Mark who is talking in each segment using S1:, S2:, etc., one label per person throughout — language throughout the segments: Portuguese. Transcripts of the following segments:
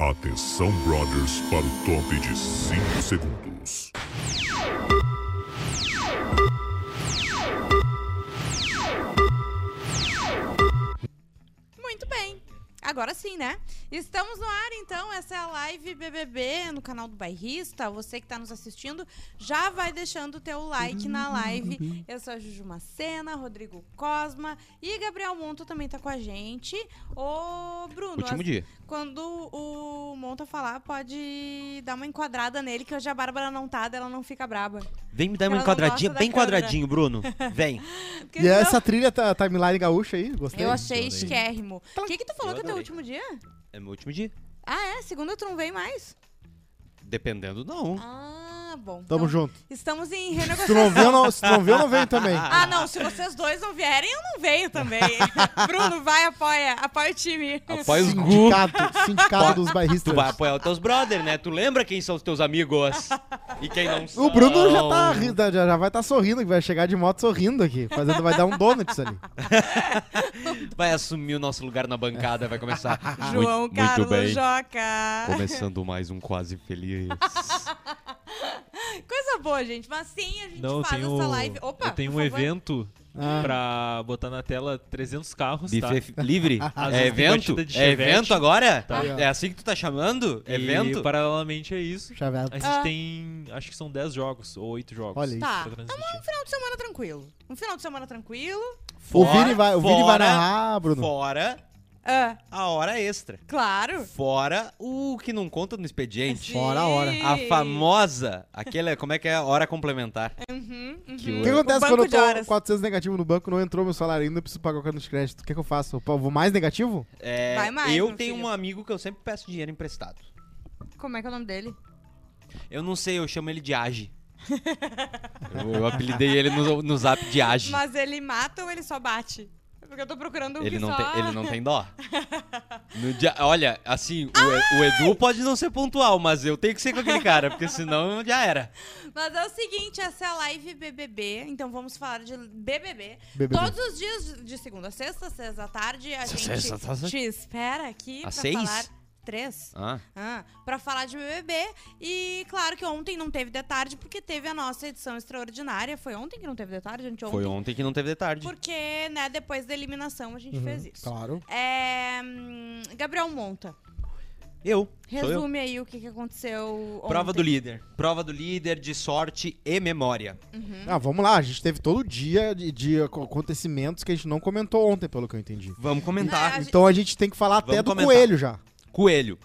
S1: Atenção, brothers, para o top de 5 segundos.
S2: Muito bem. Agora sim, né? Estamos no ar, então. Essa é a live BBB no canal do Bairrista. Você que está nos assistindo, já vai deixando o teu like na live. Eu sou a Juju Macena, Rodrigo Cosma e Gabriel Monto também tá com a gente. Ô, Bruno,
S3: Último
S2: as-
S3: dia.
S2: quando o Monta falar, pode dar uma enquadrada nele, que hoje a Bárbara não tá, daí ela não fica braba.
S3: Vem me dar
S2: Ela
S3: uma
S2: não
S3: enquadradinha,
S2: gosta da
S3: bem
S2: câmera.
S3: quadradinho, Bruno. Vem.
S2: Porque
S4: E
S2: senão-
S4: essa trilha tá, timeline gaúcha aí, gostei.
S2: Eu achei esquérrimo. O que que tu falou que
S3: Tá Eu
S2: é teu
S3: adorei.
S2: último dia?
S3: É meu último dia.
S2: Ah, é? Segunda tu não vem mais?
S3: Dependendo, não.
S2: Ah, bom.
S4: Tamo
S2: Então,
S4: junto.
S2: Estamos em
S4: Se tu não
S2: renegociação.
S4: viu, não, se tu não viu, não vem também.
S2: Ah, não, se vocês dois não vierem, eu não venho também. Bruno, vai, apoia. Apoia o time.
S3: Apoia os gu.
S4: Sindicato, sindicato dos
S3: Tu
S4: bairristas.
S3: vai apoiar os teus brother, né? Tu lembra quem são os teus amigos. E quem não são.
S4: O Bruno já tá ri- já, já vai estar sorrindo, que vai chegar de moto sorrindo aqui. Fazendo, vai dar um donuts ali.
S3: Vai assumir o nosso lugar na bancada, vai começar.
S2: João
S3: muito,
S2: Carlos
S3: muito bem.
S2: Joca.
S3: Começando mais um Quase Feliz.
S2: Coisa boa, gente. Mas sim, a gente
S5: Não, eu
S2: faz
S5: tenho,
S2: essa live. Opa,
S5: eu tenho um
S2: por favor.
S5: evento
S4: Ah.
S5: pra botar na tela 300 carros, tá?
S3: Buffet livre?
S5: Às
S3: é
S5: vezes tem
S3: evento?
S5: batida de
S3: É
S5: chevette.
S3: evento agora?
S5: Tá.
S3: É assim que tu tá chamando?
S5: E,
S3: Evento?
S5: paralelamente a isso,
S4: Chaveado.
S5: a gente
S2: Ah.
S5: tem, acho que são 10 jogos, ou 8 jogos.
S4: Olha aí.
S2: Tá.
S5: pra
S2: Então,
S5: transmitir.
S2: um final de semana tranquilo. Um final de semana tranquilo.
S4: O
S3: Fora-
S4: Vini vai, o Vini vai
S3: fora-
S4: narrar, Bruno.
S3: Fora
S2: Ah,
S3: a hora extra.
S2: claro.
S3: Fora o que não conta no expediente.
S4: Fora a hora.
S2: Sim.
S3: A famosa, aquela, como é que é a hora complementar?
S2: Uhum,
S3: Que
S4: O
S3: o-
S4: que acontece
S2: banco
S4: quando eu
S2: de horas.
S4: tô 400 negativo no banco, não entrou meu salário ainda, eu preciso pagar o cartão de crédito. O que, que eu faço? Eu vou mais negativo?
S3: é,
S2: Vai mais,
S3: eu
S2: meu
S3: tenho
S2: filho.
S3: um amigo que eu sempre peço dinheiro emprestado.
S2: Como é que é o nome dele?
S3: Eu não sei, eu chamo ele de Age. eu, eu apelidei ele no, no zap de Age.
S2: Mas ele mata ou ele só bate? Porque eu tô procurando um
S3: Ele
S2: que
S3: não,
S2: só...
S3: tem, ele não tem dó. No dia- olha, assim, o, E- o Edu pode não ser pontual, mas eu tenho que ser com aquele cara, porque senão já era.
S2: Mas é o seguinte, essa é a live BBB, então vamos falar de BBB.
S4: BBB.
S2: Todos os dias, de segunda a sexta, seis da tarde, a gente
S3: sexta, tá?
S2: te espera aqui
S3: Às
S2: pra
S3: seis?
S2: falar... Três?
S3: Ah,
S2: Ah, pra falar de BBB. E claro que ontem não teve de tarde, porque teve a nossa edição extraordinária. Foi ontem que não teve de tarde? Anteontem?
S3: foi ontem que não teve de tarde.
S2: Porque, né, depois da eliminação a gente fez isso.
S4: Uhum, Claro.
S2: É, hum, Gabriel Monta,
S3: Eu, sou eu.
S2: resume aí o que, que aconteceu ontem.
S3: Prova do líder. Prova do líder de sorte e memória.
S4: Ah, vamos lá, a gente teve todo dia de, de ac- acontecimentos que a gente não comentou ontem, pelo que eu entendi.
S3: Vamos
S2: É, a
S3: comentar.
S2: gente-
S4: Então a gente tem que falar até
S3: Vamos
S4: do
S3: comentar.
S4: coelho já.
S3: Coelho.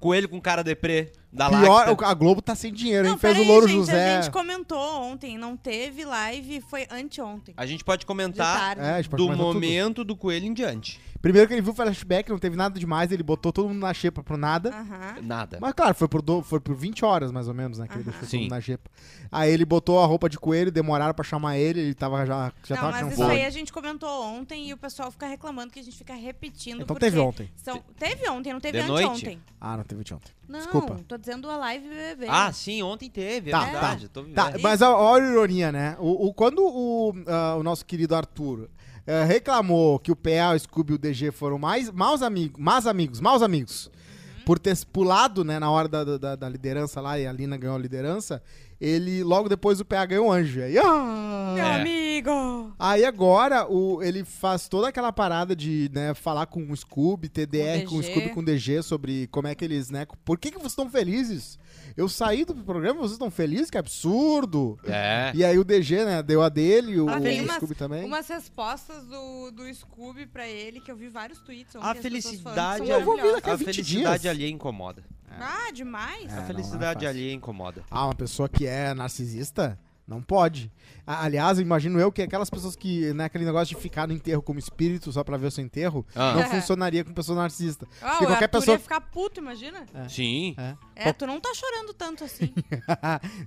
S3: Coelho com cara deprê, da
S4: Pior,
S3: Lacta.
S4: a Globo tá sem dinheiro,
S2: Não,
S4: hein? Fez o
S2: peraí,
S4: Louro
S2: gente,
S4: José.
S2: A gente comentou ontem, não teve live, foi anteontem.
S3: A gente pode
S2: De
S3: comentar
S2: tarde.
S4: É, a gente pode
S3: do
S4: comentar tudo.
S3: momento do coelho em diante.
S4: Primeiro que ele viu o flashback, não teve nada demais, ele botou todo mundo na xepa pro nada.
S2: Aham.
S3: Nada.
S4: Mas claro, foi por, do- foi por 20 horas mais ou menos, né? Que ele deixou
S3: Sim.
S4: todo mundo na xepa. Aí ele botou a roupa de coelho, demoraram pra chamar ele, ele tava já, já
S2: Não,
S4: tava
S2: mas isso
S4: cansado.
S2: aí é a gente comentou ontem e o pessoal fica reclamando que a gente fica repetindo.
S4: Então
S2: porque
S4: teve ontem.
S2: são- Teve ontem, não teve
S3: De
S2: anteontem.
S4: Ah, não teve de ontem.
S2: Não,
S4: Desculpa.
S2: tô dizendo a live BBB.
S3: Ah, sim, ontem teve, é
S4: Tá,
S3: verdade. Tô
S4: Tá,
S2: Né?
S3: vendo.
S4: mas ó- olha a ironia, né? O, o- quando o, ah, o nosso querido Arthur eh, reclamou que o PA, o Scooby e o DG foram mais maus amigos, maus amigos, maus amigos,
S2: Uhum.
S4: por ter se pulado, né, na hora da, da- da, da liderança lá, e a Lina ganhou a liderança, ele, logo depois, o PA ganhou o anjo. Aí, ah!
S2: Meu
S3: É.
S2: amigo!
S4: Aí agora o, ele faz toda aquela parada de né, falar com o Scooby, TDR,
S2: Com
S4: com
S2: o
S4: o
S2: DG.
S4: Scooby com o DG sobre como é que eles, né? Por que, que vocês estão felizes? Eu saí do programa, vocês estão felizes? Que absurdo!
S3: É.
S4: E aí o DG, né, deu a dele, o,
S2: Ah,
S4: o
S2: tem umas-
S4: Scooby também.
S2: Umas respostas do, do Scooby pra ele, que eu vi vários tweets. ontem,
S3: A
S2: as pessoas
S3: felicidade- é
S2: falando que são
S3: Eu vou
S4: ouvir daqui a
S3: A
S4: 20
S3: felicidade
S4: dias.
S3: alheia incomoda.
S2: maravilhosas. Ah, demais?
S4: É,
S3: a
S4: não,
S3: felicidade
S4: não é fácil.
S3: alheia incomoda.
S4: Ah, uma pessoa que é narcisista não pode. A- aliás, eu imagino eu que aquelas pessoas que, né, aquele negócio de ficar no enterro como espírito só pra ver o seu enterro,
S3: Ah.
S4: não funcionaria com pessoa narcisista.
S2: Ah,
S4: Porque
S2: o
S4: qualquer
S2: Arthur
S4: pessoa-
S2: ia ficar puto, imagina?
S3: Sim.
S4: É.
S2: É, tu não tá chorando tanto assim.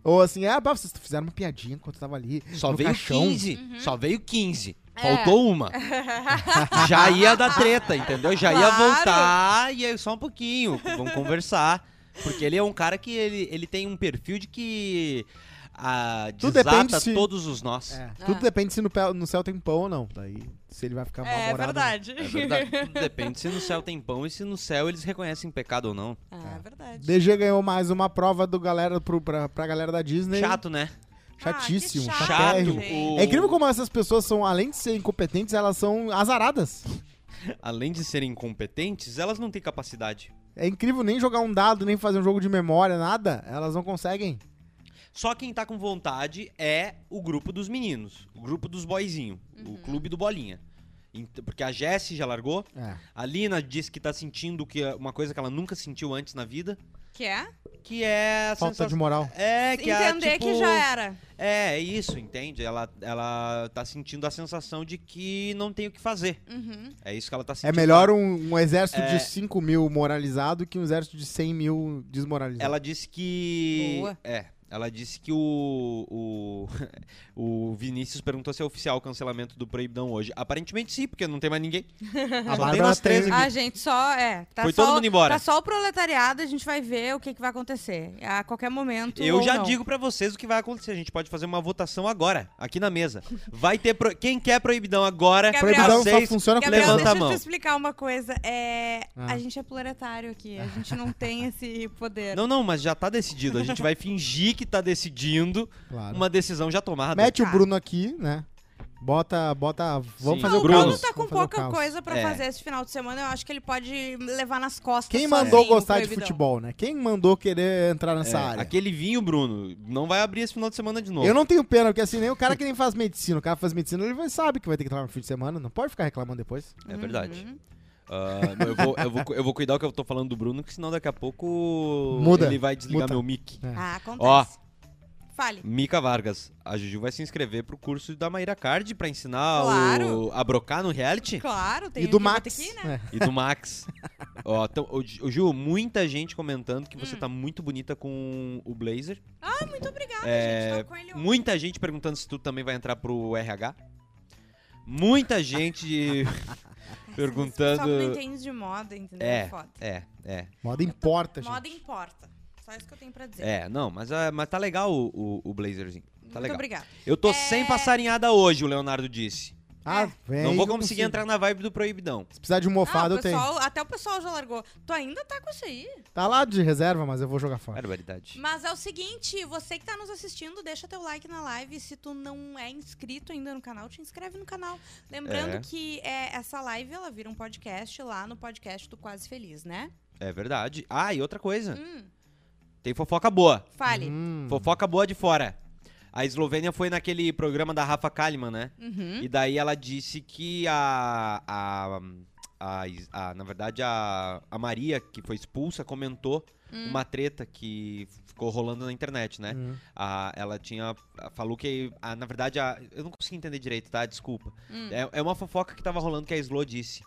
S4: Ou assim, ah, bah, vocês fizeram uma piadinha enquanto eu tava ali.
S3: Só
S4: É. no
S3: veio
S4: caixão.
S3: 15. Só veio 15.
S2: É.
S3: Faltou uma. Já ia dar treta, entendeu? Já ia
S2: Claro.
S3: voltar e aí só um pouquinho. Vamos conversar. Porque ele é um cara que ele, ele tem um perfil de que. a,
S4: Tudo
S3: desata
S4: depende se-
S3: todos os nós.
S4: É,
S2: Ah.
S4: Tudo depende se no, pe- no céu tem pão ou não. Daí, se ele vai ficar
S2: É
S4: mal-humorado.
S2: verdade.
S3: É verdade. Tudo depende se no céu tem pão e se no céu eles reconhecem pecado ou não.
S2: Ah, é verdade.
S4: DG ganhou mais uma prova do galera pro, pra, pra galera da Disney.
S3: Chato, né?
S4: Chatíssimo.
S2: Ah, que chato,
S4: chatérrimo.
S2: gente.
S3: O-
S4: É incrível como essas pessoas são, além de serem incompetentes, elas são azaradas.
S3: Além de serem incompetentes, elas não têm capacidade.
S4: É incrível nem jogar um dado, nem fazer um jogo de memória, nada. Elas não conseguem.
S3: Só quem tá com vontade é o grupo dos meninos, o grupo dos boizinhos, o clube do bolinha. Ent- Porque a Jessie já largou,
S4: É.
S3: a Lina disse que tá sentindo que é uma coisa que ela nunca sentiu antes na vida,
S2: Que é?
S3: que é a
S4: Falta de
S3: sensação...
S4: moral.
S3: É, que é,
S2: Entender
S3: tipo,
S2: que já era.
S3: É, é isso, entende? Ela, ela tá sentindo a sensação de que não tem o que fazer.
S2: Uhum.
S3: É isso que ela tá sentindo.
S4: É melhor um, um exército
S3: É.
S4: de 5 mil moralizado que um exército de 100 mil desmoralizado.
S3: Ela disse que.
S2: Boa.
S3: É. Ela disse que o, o. o Vinícius perguntou se é oficial o cancelamento do Proibidão hoje. Aparentemente sim, porque não tem mais ninguém.
S4: a
S3: só tem nós três aqui.
S2: A Ah, gente só, é. Tá
S3: Foi
S2: só,
S3: todo mundo embora.
S2: Tá só o proletariado, a gente vai ver o que, que vai acontecer. A qualquer momento.
S3: Eu
S2: ou
S3: já
S2: não.
S3: digo pra vocês o que vai acontecer. A gente pode fazer uma votação agora, aqui na mesa. Vai ter. pro- Quem quer Proibidão agora?
S2: Gabriel,
S4: Proibidão só
S3: vocês,
S4: funciona com
S2: Gabriel,
S3: Levanta
S2: deixa
S3: a
S2: eu
S3: mão.
S2: te explicar uma coisa. É,
S4: Ah.
S2: A gente é proletário aqui, a gente não tem esse poder.
S3: Não, não, mas já tá decidido. A gente vai fingir que tá decidindo
S4: Claro.
S3: uma decisão já tomada.
S4: Mete o
S2: Tá.
S4: Bruno aqui, né? Bota, bota.
S3: Sim.
S4: Vamos fazer
S2: Ah,
S4: o
S2: o
S3: Bruno.
S4: caos,
S2: Bruno tá com
S4: vamos fazer o
S2: pouca
S4: caos.
S2: coisa pra
S3: É.
S2: fazer esse final de semana. Eu acho que ele pode levar nas costas.
S4: Quem
S2: sozinho
S4: mandou
S2: o
S4: gostar de
S2: proibidão.
S4: futebol, né? Quem mandou querer entrar nessa
S3: É,
S4: área?
S3: Aquele vinho, Bruno, não vai abrir esse final de semana de novo.
S4: Eu não tenho pena, porque assim, nem o cara que nem faz medicina, o cara que faz medicina, ele vai- sabe que vai ter que trabalhar no fim de semana, não pode ficar reclamando depois.
S3: É verdade.
S4: Uhum.
S2: Uhum.
S3: Ah, eu, vou, eu, vou, cu- eu vou cuidar que eu tô falando do Bruno, que senão daqui a pouco
S4: Muda,
S3: ele vai desligar
S4: muda.
S3: meu mic.
S4: É.
S2: Ah,
S3: Ó.
S2: acontece. Fale.
S3: Mica Vargas, a Juju vai se inscrever pro curso da Mayra Card pra ensinar o,
S2: Claro.
S3: a brocar no reality
S2: Claro, tem
S4: e do
S2: que vai ter
S4: Max.
S2: que ir, né?
S4: né?
S3: e do Max. Ó, então, ô, Ju- ô, Ju, muita gente comentando que você
S2: Hum.
S3: tá muito bonita com o blazer.
S2: Ah, muito obrigada,
S3: É,
S2: gente. Tô com ele hoje.
S3: Muita gente perguntando se tu também vai entrar pro RH. Muita gente
S2: Só que não
S3: perguntando.
S2: entende de moda, entendeu?
S3: É,
S2: Foda.
S3: é, é.
S4: Moda importa, gente.
S2: Moda importa. Só isso que eu tenho pra dizer.
S3: É, não, mas, ah, mas tá legal o, o, o blazerzinho. Tá
S2: Muito É.
S3: legal.
S2: obrigada.
S3: Eu tô sem passarinhada hoje, o Leonardo disse.
S4: Ah, vem.
S3: não vou
S4: eu
S3: conseguir
S4: consigo.
S3: entrar na vibe do proibidão.
S4: Se precisar de um
S2: Ah,
S4: mofado,
S2: o
S4: eu tenho.
S2: pessoal, até o pessoal já largou. Tu ainda tá com isso aí?
S4: Tá lá de reserva, mas eu vou jogar fora.
S3: Barbaridade.
S2: Mas é o seguinte, você que tá nos assistindo, deixa teu like na live. Se tu não é inscrito ainda no canal, te inscreve no canal. Lembrando
S3: É.
S2: que é, essa live, ela vira um podcast lá no podcast do Quase Feliz, né?
S3: É verdade. Ah, e outra coisa.
S2: Hum.
S3: Tem fofoca boa.
S2: Fale.
S4: Hum.
S3: Fofoca boa de fora. A Eslovênia foi naquele programa da Rafa Kalimann, né?
S2: Uhum.
S3: E daí ela disse que a. a, a Is- a- na verdade, a, a Maria, que foi expulsa, comentou uma treta que ficou rolando na internet, né?
S4: Hum.
S3: A- ela tinha. a- Falou que. a- na verdade, a- eu não consegui entender direito, tá? Desculpa.
S2: Hum.
S3: É, é uma fofoca que tava rolando que a Slo disse.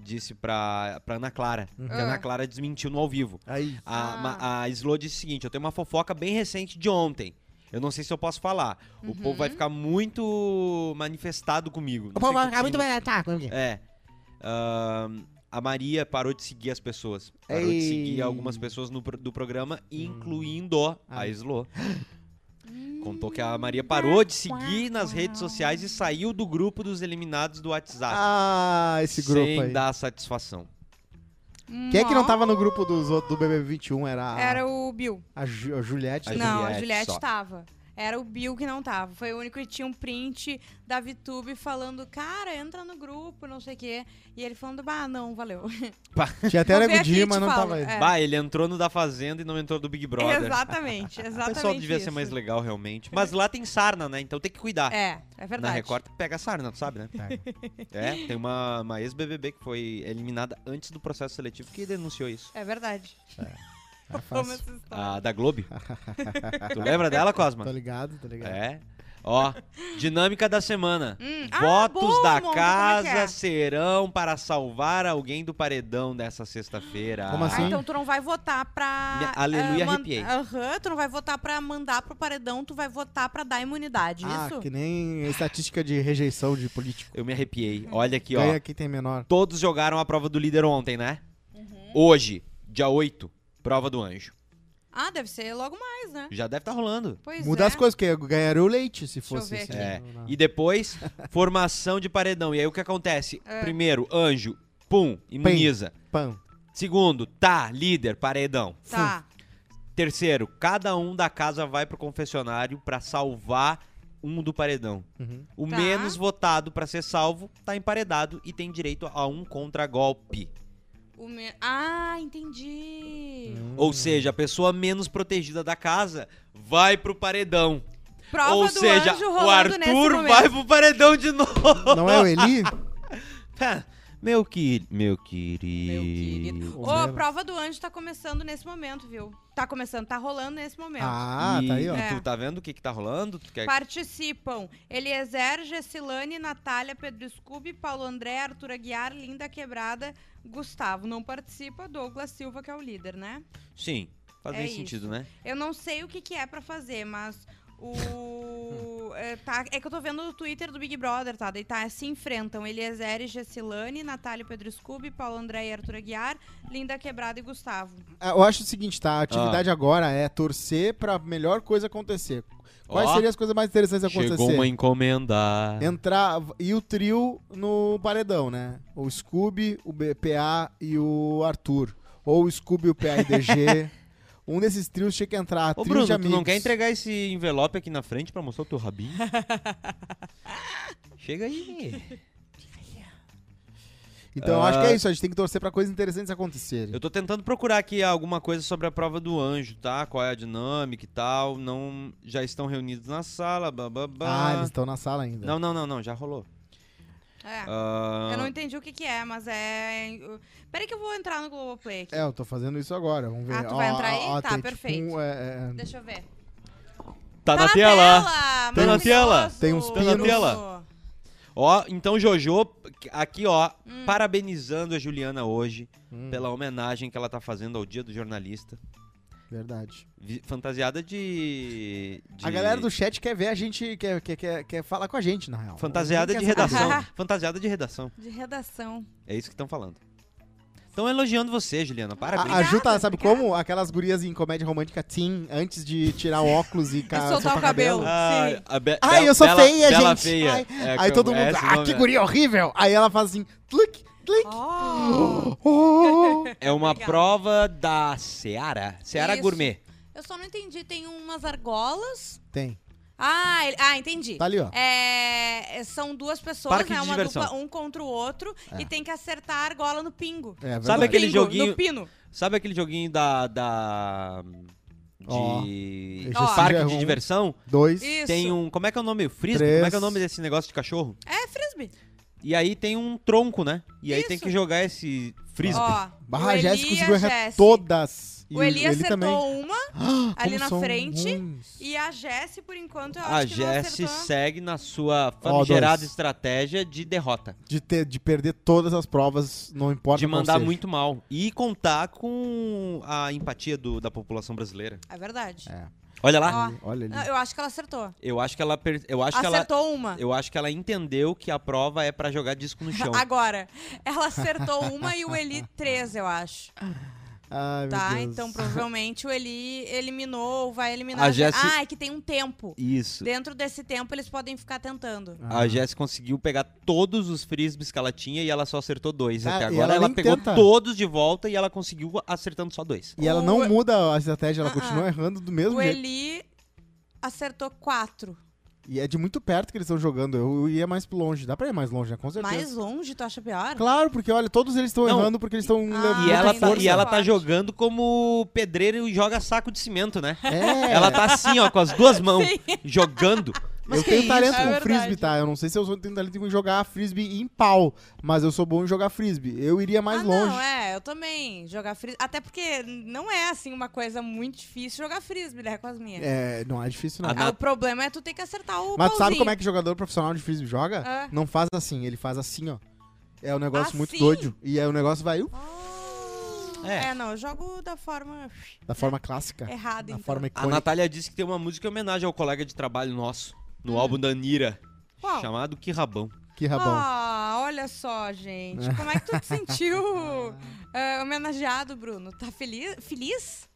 S3: Disse pra, pra Ana Clara.
S4: hum.
S3: Que a Ana
S2: Ah.
S3: Clara desmentiu no ao vivo.
S4: Aí.
S3: A,
S2: Ah.
S3: ma- a Slo disse o seguinte: eu tenho uma fofoca bem recente de ontem. Eu não sei se eu posso falar.
S4: Uhum.
S3: O povo vai ficar muito manifestado comigo. Não sei que time-
S4: bem, tá.
S3: É. Ahn, a Maria parou de seguir as pessoas. Parou de seguir
S4: Ei. Hum.
S3: algumas pessoas no pro- do programa, incluindo a
S4: Ai.
S3: Slo. Contou que a Maria parou de seguir nas redes sociais e saiu do grupo dos eliminados do WhatsApp.
S4: Ah, esse grupo
S3: sem
S4: aí.
S3: dar satisfação.
S4: Quem é que não tava no grupo dos outros do BB21? Era, a-
S2: Uhum. Era o Bill.
S4: a, Ju- a Juliette.
S3: A
S4: né?
S2: não,
S3: Juliette
S2: a Juliette
S3: só.
S2: tava. Era o Bill que não tava. Foi o único que tinha um print da VTube falando, cara, entra no grupo, não sei o quê. E ele falando, bah, não, valeu.
S4: Tinha até o
S2: Vou ver
S4: Nego
S2: aqui e
S4: Di,
S2: te
S4: mas não
S2: falo.
S4: tava aí.
S2: É.
S3: Bah, ele entrou no da Fazenda e não entrou do Big Brother.
S2: Exatamente,
S3: O
S2: exatamente.
S3: pessoal devia ser
S2: isso.
S3: mais legal, realmente. Mas lá tem sarna, né? Então tem que cuidar.
S2: É, é verdade.
S3: Na Record pega sarna, tu sabe, né?
S4: Pega.
S3: É, tem uma, uma ex-BBB que foi eliminada antes do processo seletivo que denunciou isso.
S2: É verdade.
S4: É
S2: Como
S4: fácil.
S2: essa história.
S3: A da Globo. tu lembra dela, Cosma?
S4: Tô Tá ligado, tô ligado.
S3: É. Ó, dinâmica da semana.
S2: Hum, ah,
S3: Votos
S2: boa,
S3: da
S2: Monta, como é que
S3: casa
S2: é?
S3: serão para salvar alguém do paredão dessa sexta-feira.
S4: Como
S2: Ah,
S4: assim?
S2: então tu não vai votar
S3: Me-
S2: pra.
S3: aleluia,
S2: ah, man-
S3: arrepiei.
S2: Aham, tu não vai votar pra mandar pro paredão, tu vai votar pra dar imunidade.
S4: Ah,
S2: isso?
S4: que nem estatística de rejeição de político.
S3: Eu me arrepiei.
S2: Uhum.
S3: Olha aqui, ó.
S4: Ganha quem tem menor.
S3: Todos
S2: Uhum.
S3: jogaram a prova do líder ontem, né? Hoje, dia 8, prova do anjo.
S2: Ah, deve ser logo mais, né?
S3: Já deve estar rolando.
S2: Pois
S4: Muda
S2: é.
S4: as coisas, porque ganharia o leite se
S2: eu
S4: fosse
S2: ver
S4: assim.
S2: aqui.
S3: É.
S4: não, não.
S3: E depois, formação de paredão. E aí o que acontece?
S2: É.
S3: Primeiro, anjo, pum, imuniza.
S4: Pão.
S3: Segundo, tá, líder, paredão.
S2: Tá.
S3: Terceiro, cada um da casa vai pro confessionário pra salvar um do paredão.
S4: Uhum.
S3: O
S2: Tá.
S3: menos votado pra ser salvo tá emparedado e tem direito a um contragolpe.
S2: O me- Ah, entendi.
S4: Uhum. Hum.
S3: Ou seja, a pessoa menos protegida da casa vai pro paredão.
S2: Prova
S3: Ou
S2: do
S3: seja,
S2: anjo
S3: o
S2: rolando nesse
S3: Arthur
S2: momento.
S3: vai pro paredão de novo.
S4: Não é o Eli?
S3: Tá. Meu querido. Meu
S2: Meu
S3: querido.
S2: querido. Ô,
S4: Ô,
S2: a prova do anjo tá começando nesse momento, viu? Tá começando, tá rolando nesse momento.
S4: ah, tá aí, ó.
S3: E
S2: É.
S3: tu tá vendo o que que tá rolando? Tu quer-
S2: Participam Eliezer, Gessilane, Natália, Pedro Scooby, Paulo André, Arthur Aguiar, Linda Quebrada, Gustavo. Não participa, Douglas Silva, que é o líder, né?
S3: Sim. Faz
S2: É
S3: bem
S2: isso.
S3: sentido, né?
S2: Eu não sei o que, que é pra fazer, mas o. é, tá, é que eu tô vendo o Twitter do Big Brother, tá? Daí tá, se enfrentam Eliezer e Gessilane, Natália e Pedro Scooby, Paulo André e Arthur Aguiar, Linda Quebrada e Gustavo.
S4: Ah, Eu acho o seguinte, tá? A
S3: Ah.
S4: atividade agora é torcer pra melhor coisa acontecer. Quais
S3: Ó,
S4: seriam as coisas mais interessantes a acontecer?
S3: Chegou uma encomenda.
S4: Entrar e o trio no paredão, né? O Scooby, o BPA e o Arthur. Ou o Scooby, o PA e DG. um desses trios tinha que entrar.
S3: Ô,
S4: trio
S3: Bruno,
S4: de
S3: tu
S4: amigos.
S3: não quer entregar esse envelope aqui na frente pra mostrar o teu rabinho? Chega aí.
S4: Então eu acho que é isso, a gente tem que torcer pra coisas interessantes acontecerem.
S3: Ah. Eu tô tentando procurar aqui alguma coisa sobre a prova do anjo, tá? Qual é a dinâmica e tal. Não, já estão reunidos na sala, blá, blá, blá.
S4: Ah, eles estão na sala ainda.
S3: Não, não, não, não, já rolou.
S2: É.
S3: Ah,
S2: Eu não entendi o que que é, mas é... Peraí que eu vou entrar no Globoplay aqui.
S4: É, eu tô fazendo isso agora, vamos ver.
S2: Ah, tu vai entrar aí? Tá,
S4: tem tipo
S2: perfeito.
S4: um, é, é,
S2: Deixa eu ver.
S3: Tá, na tela.
S2: Tá na tela!
S4: Tem uns
S2: maravilhoso.
S3: pinos. Tá na tela. Ó, então Jojo, aqui ó, parabenizando a Juliana hoje
S4: Hum.
S3: pela homenagem que ela tá fazendo ao Dia do Jornalista.
S4: verdade.
S3: Vi- Fantasiada de, de-
S4: A galera do chat quer ver a gente, quer, quer, quer, quer falar com a gente, na real.
S3: Fantasiada de
S4: Ninguém quer saber.
S3: redação. Fantasiada de redação.
S2: De redação.
S3: É isso que estão falando. Estão elogiando você, Juliana.
S4: A,
S3: Parabéns.
S4: a Ju tá, sabe
S2: obrigada.
S4: como? Aquelas gurias em comédia romântica teen, antes de tirar o óculos e ca-
S2: E soltar o cabelo.
S3: Ai,
S2: Sim.
S3: Ah, a Be-
S4: Ai,
S3: Be-
S4: eu sou
S3: Bela-
S4: feia,
S3: Bela
S4: gente.
S3: Feia.
S4: Ai,
S3: É,
S4: Aí
S3: como- é
S4: todo mundo,
S3: esse
S4: ah,
S3: nome,
S4: que
S3: é.
S4: guria horrível! Aí ela faz assim, clic, clic.
S2: Oh.
S4: Oh.
S3: É uma
S2: Obrigada.
S3: prova da Seara. Seara
S2: Isso.
S3: Gourmet.
S2: Eu só não entendi. Tem umas argolas.
S4: Tem.
S2: Ah, ele- ah entendi.
S4: Tá ali, ó.
S2: É, são duas pessoas,
S3: Parque
S2: né?
S3: de
S2: Uma
S3: diversão. É.
S2: dupla, um contra o outro. E tem que acertar a argola no pingo.
S4: É verdade.
S3: Sabe aquele
S2: Pingo,
S3: joguinho-
S2: No pino.
S3: Sabe aquele joguinho da. da
S4: Ó,
S3: de.
S4: esse
S3: parque
S4: já é
S3: de
S4: um.
S3: diversão?
S4: Dois.
S2: Isso.
S3: Tem um. Como é que é o nome? Frisbee?
S4: Três.
S3: Como é que é o nome desse negócio de cachorro?
S2: É frisbee.
S3: E aí tem um tronco, né? E aí tem
S2: Isso.
S3: que jogar esse frisbee.
S2: Ó,
S4: Barra
S2: o
S4: Jéssica
S2: Eli
S4: conseguiu
S2: e a
S4: errar
S2: Jéssica.
S4: todas. E
S2: O Eli acertou
S4: também.
S2: uma
S4: Ah,
S2: ali
S4: como
S2: na
S4: são
S2: frente.
S4: ruins.
S2: e a Jess, por enquanto, eu
S3: a
S2: acho que não
S3: Jess
S2: acertou.
S3: segue na sua famigerada
S4: dois.
S3: estratégia de derrota.
S4: De, ter, de perder todas as provas, não importa
S3: de
S4: qual
S3: mandar
S4: seja.
S3: muito mal. E contar com a empatia do- da população brasileira.
S2: É verdade.
S4: É.
S3: Olha lá.
S2: Ó,
S4: Olha ali.
S2: não, eu acho que ela acertou.
S3: Eu acho que ela. per- Eu Ah, acho que ela.
S2: acertou uma.
S3: Eu acho que ela entendeu que a prova é pra jogar disco no chão.
S2: Agora, ela acertou uma e o Eli três, eu acho.
S4: Ai, meu
S2: Tá?
S4: Deus.
S2: Então, provavelmente, o Eli eliminou ou vai eliminar.
S3: A
S2: a Jess.
S3: Jessi-
S2: Ah, é que tem um tempo.
S3: Isso.
S2: Dentro desse tempo, eles podem ficar tentando.
S4: Ah.
S3: A Jess conseguiu pegar todos os frisbees que ela tinha e ela só acertou dois.
S4: Ah,
S3: Até
S4: e
S3: agora
S4: ela
S3: ela
S4: nem
S3: pegou
S4: tenta.
S3: todos de volta e ela conseguiu acertando só dois.
S4: E ela
S2: O-
S4: não muda a estratégia, ela
S2: Ah,
S4: continua
S2: ah.
S4: errando do mesmo
S2: o
S4: jeito.
S2: Eli acertou quatro.
S4: E é de muito perto que eles estão jogando. Eu eu ia mais longe. Dá pra ir mais longe, né? Com certeza.
S2: Mais longe, tu acha pior?
S4: Claro, porque olha, todos eles estão
S3: Não.
S4: errando porque eles estão
S2: Ah,
S4: levando
S3: E ela,
S2: tem
S3: tá,
S2: força.
S3: e ela tá
S2: Forte.
S3: jogando como pedreiro joga saco de cimento, né?
S4: É.
S3: Ela tá assim, ó, com as duas mãos,
S2: Sim.
S3: jogando.
S4: eu tenho talento
S2: É
S4: com
S2: verdade.
S4: frisbee, tá? Eu não sei se eu sou- tenho talento em jogar frisbee em pau, mas eu sou bom em jogar frisbee. Eu iria mais
S2: ah,
S4: longe.
S2: não, é, eu também. Jogar frisbee. Até porque não é, assim, uma coisa muito difícil jogar frisbee, né, com as minhas.
S4: É, não é difícil não.
S3: Ah,
S2: Ah, o problema é tu ter que acertar o
S4: mas tu
S2: pauzinho.
S4: sabe como é que jogador profissional de frisbee joga?
S2: Ah.
S4: Não faz assim, ele faz assim, ó. É um negócio muito
S2: Assim?
S4: doido. E aí o negócio vai uh,
S2: Ah,
S3: É.
S2: é. não, eu jogo da forma
S4: da forma clássica.
S2: errada,
S4: da
S2: então.
S4: É, forma
S3: A
S4: icônica.
S3: Natália disse que tem uma música em homenagem ao colega de trabalho nosso, no álbum da Anira,
S2: Hum. Qual?
S3: chamado Que Rabão.
S4: Que rabão.
S2: Ah, olha só, gente. Como é que tu te sentiu eh, homenageado, Bruno? Tá feliz? Feliz?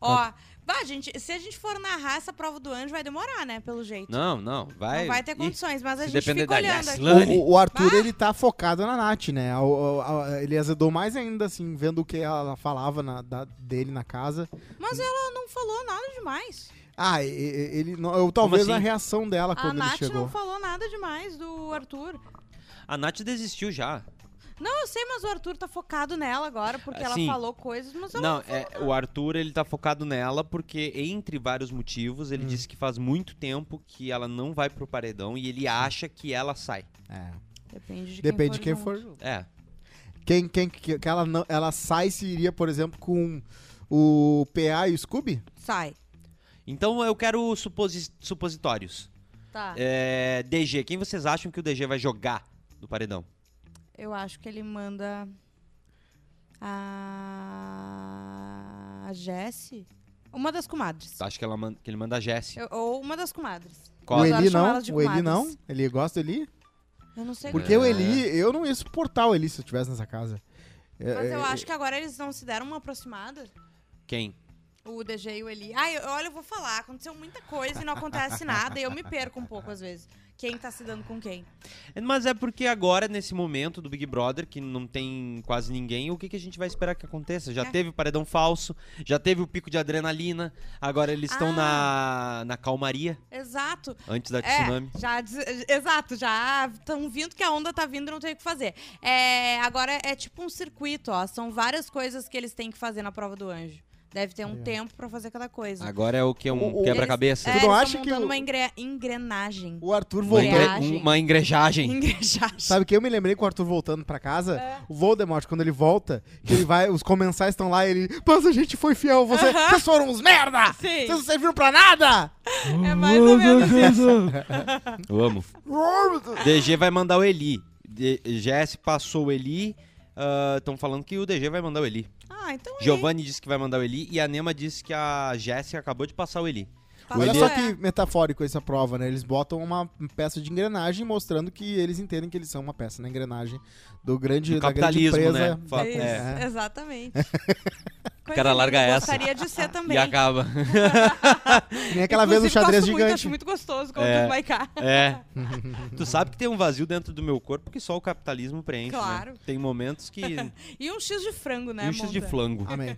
S2: Ó, bah, gente, se a gente for narrar essa prova do anjo, vai demorar, né? Pelo jeito.
S3: Não, não, vai.
S2: Não vai ter
S3: Ih,
S2: condições, mas a
S3: se
S2: gente
S3: depender
S2: fica
S3: da
S2: olhando
S3: Yas
S2: aqui.
S3: Lane.
S4: O, o Arthur,
S2: Bah!
S4: ele tá focado na Nath, né? O- o- a- ele azedou mais ainda, assim, vendo o que ela falava na- da- dele na casa.
S2: Mas ela não falou nada demais.
S4: Ah, e- e- ele. não- eu, talvez
S3: assim?
S4: a reação dela
S2: A
S4: quando ele
S2: Nath
S4: chegou.
S2: não falou nada demais do Arthur.
S3: A Nath desistiu já.
S2: Não, eu sei, mas o Arthur tá focado nela agora, porque
S3: Assim,
S2: ela falou coisas, mas ela
S3: Não, é, o Arthur ele tá focado nela porque, entre vários motivos, ele disse que faz muito tempo que ela não vai pro paredão e ele acha que ela sai.
S4: É.
S2: Depende de
S4: Depende de quem
S2: junto.
S4: for.
S3: É.
S4: Quem, quem que, que ela, não- ela sai se iria, por exemplo, com o PA e o Scooby?
S2: Sai.
S3: Então eu quero suposi- supositórios.
S2: Tá.
S3: É, DG, quem vocês acham que o DG vai jogar do paredão?
S2: Eu acho que ele manda a, a Jessie. Uma das comadres.
S3: Acho que, ela man- que ele manda a Jessie.
S2: Eu- ou uma das comadres.
S3: Qual-
S4: O
S2: Adoro
S4: Eli
S2: chamar
S4: não?
S2: elas de
S4: O Eli
S2: comadres.
S4: não? Ele gosta do Eli?
S2: Eu não sei
S4: Porque
S3: É.
S4: o Eli, eu não ia suportar o Eli se eu estivesse nessa casa. É,
S2: Mas
S4: é,
S2: eu acho que agora eles não se deram uma aproximada.
S3: Quem?
S2: O DG e o Eli. Ai, eu- olha, eu vou falar. Aconteceu muita coisa e não acontece nada. E eu me perco um pouco às vezes. Quem tá se dando com quem.
S3: Mas é porque agora, nesse momento do Big Brother, que não tem quase ninguém, o que, que a gente vai esperar que aconteça? Já
S2: É.
S3: teve o paredão falso, já teve o pico de adrenalina, agora eles estão
S2: Ah.
S3: na, na calmaria
S2: Exato.
S3: antes da
S2: É,
S3: tsunami.
S2: já, des- exato, já estão vindo que a onda tá vindo e não tem o que fazer. É, agora é tipo um circuito, ó. São várias coisas que eles têm que fazer na prova do anjo. Deve ter um tempo pra fazer cada coisa.
S3: Agora é o que?
S4: O-
S3: Um
S4: o-
S3: quebra-cabeça?
S2: É,
S4: não
S2: eles tão
S4: acha que
S2: montando
S4: o-
S2: uma engre- engrenagem.
S4: O Arthur
S3: Uma,
S2: Foi.
S4: voltando.
S3: engre-
S2: Engrenagem.
S3: uma engrejagem.
S2: Engrejagem.
S4: Sabe que eu me lembrei com o Arthur voltando pra casa?
S2: É.
S4: O Voldemort, quando ele volta, que ele vai, os comensais estão lá e ele. Mas a gente foi fiel, você,
S2: Aham.
S4: vocês foram uns merda!
S2: Sim.
S4: Vocês não serviram pra nada!
S2: É mais ou menos
S3: Eu amo. DG vai mandar o Eli. De- Jess passou o Eli. Estão falando que o DG vai mandar o Eli.
S2: Ah, então é.
S3: Giovanni disse que vai mandar o Eli e a Nema disse que a Jéssica acabou de passar o Eli.
S2: Passou,
S4: Olha
S3: Eli-
S4: só
S2: é.
S4: que metafórico essa prova, né? Eles botam uma peça de engrenagem mostrando que eles entendem que eles são uma peça na engrenagem do grande,
S3: Do
S4: da grande
S3: capitalismo,
S4: empresa.
S3: né?
S4: da
S3: É
S2: É
S4: coisa.
S2: isso,
S4: É.
S2: Exatamente. Coisa
S3: cara larga
S2: linda,
S3: essa.
S2: Gostaria de ser também.
S3: E acaba.
S4: Que nem aquela vez o
S2: Inclusive, gosto
S4: xadrez
S2: Muito,
S4: gigante.
S2: acho muito gostoso como
S3: É.
S2: tudo vai cá.
S3: É. tu sabe que tem um vazio dentro do meu corpo que só o capitalismo preenche. né?
S2: Claro.
S3: Tem momentos que.
S2: E um X de frango, né,
S3: um X de
S2: Monta?
S3: flango.
S4: Amém.